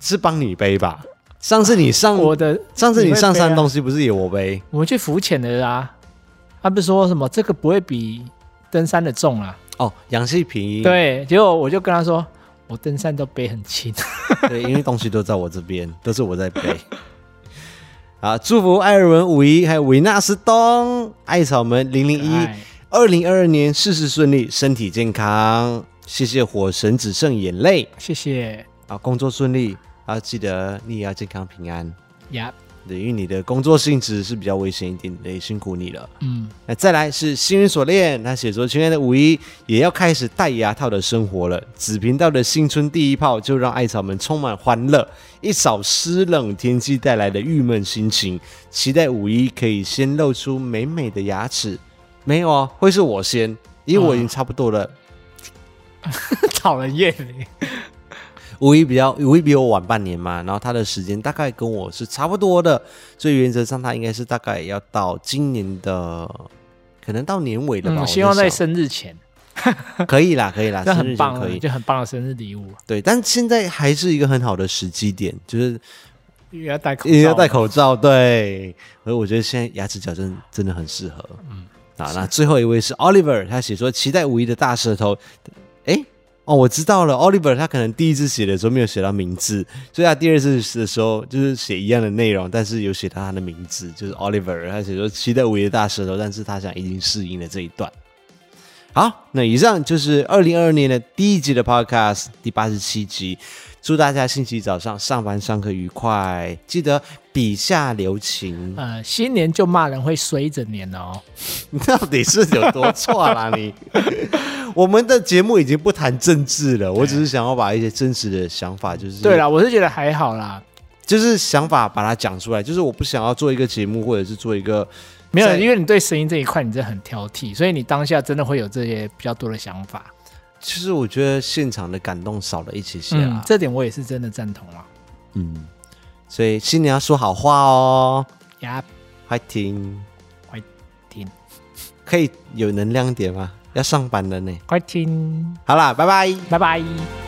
Speaker 1: 是帮你背吧？上次你上，
Speaker 2: 我的，
Speaker 1: 嗯上次你上山
Speaker 2: 你会背啊
Speaker 1: 东西不是也我背？
Speaker 2: 我们去浮潜的啊，他不是说什么这个不会比登山的重啊？
Speaker 1: 哦，氧气瓶。
Speaker 2: 对，结果我就跟他说，我登山都背很轻。
Speaker 1: 对，因为东西都在我这边，都是我在背。 啊，祝福艾尔文五一，还有维纳斯东、艾草门零零 一。
Speaker 2: 哎
Speaker 1: 二零二二年事事顺利，身体健康，谢谢火神只剩眼泪
Speaker 2: 谢谢
Speaker 1: 啊，工作顺利啊，记得你也要健康平安，
Speaker 2: 呀，
Speaker 1: 对，因为你的工作性质是比较危险一点的，也辛苦你了。
Speaker 2: 嗯，
Speaker 1: 那再来是幸运锁链，他写说亲爱的五一也要开始戴牙套的生活了，子频道的新春第一炮就让艾草们充满欢乐，一扫湿冷天气带来的郁闷心情，期待五一可以先露出美美的牙齿。没有啊，会是我先，因为我已经差不多了。
Speaker 2: 讨人厌。
Speaker 1: 五一比较五一比我晚半年嘛，然后他的时间大概跟我是差不多的，所以原则上他应该是大概要到今年的，可能到年尾了吧。
Speaker 2: 嗯，
Speaker 1: 我
Speaker 2: 希望
Speaker 1: 在
Speaker 2: 在
Speaker 1: 想
Speaker 2: 生日前，
Speaker 1: 可以啦，可 以啦，
Speaker 2: 这
Speaker 1: 生日
Speaker 2: 很
Speaker 1: 前
Speaker 2: 棒啊
Speaker 1: 可
Speaker 2: 了，
Speaker 1: 以。
Speaker 2: 就很棒的生日礼物。啊
Speaker 1: 对，但现在还是一个很好的时机点，就是
Speaker 2: 也要戴口罩，啊
Speaker 1: 也要戴口罩。对，所以我觉得现在牙齿矫正真的很适合。嗯，啊，那最后一位是 Oliver，他写说期待五一的大舌头。诶，哦，我知道了，Oliver 他可能第一次写的时候没有写到名字，所以他第二次的时候就是写一样的内容，但是有写到他的名字，就是 Oliver。他写说期待五一的大舌头，但是他想已经适应了这一段。好，那以上就是二零二二年的第一集的 Podcast 第八十七集。祝大家星期早上上班上课愉快，记得笔下留情。
Speaker 2: 呃，新年就骂人会随着年哦。
Speaker 1: 你 到底是有多错啦 你？我们的节目已经不谈政治了，我只是想要把一些真实的想法，就是
Speaker 2: 对，啦，我是觉得还好啦，
Speaker 1: 就是想法把它讲出来。就是我不想要做一个节目，或者是做一个
Speaker 2: 没有，
Speaker 1: 在
Speaker 2: 因为你对声音这一块你真的很挑剔，所以你当下真的会有这些比较多的想法。
Speaker 1: 其实我觉得现场的感动少了一些些
Speaker 2: 嗯
Speaker 1: 啦，。嗯
Speaker 2: 这点我也是真的赞同啊。
Speaker 1: 嗯，所以新年要说好话哦。
Speaker 2: 呀，
Speaker 1: ，fighting，
Speaker 2: 快听，
Speaker 1: 可以有能量点吗？要上班了呢。
Speaker 2: 快听，
Speaker 1: 好啦，拜拜。
Speaker 2: 拜拜。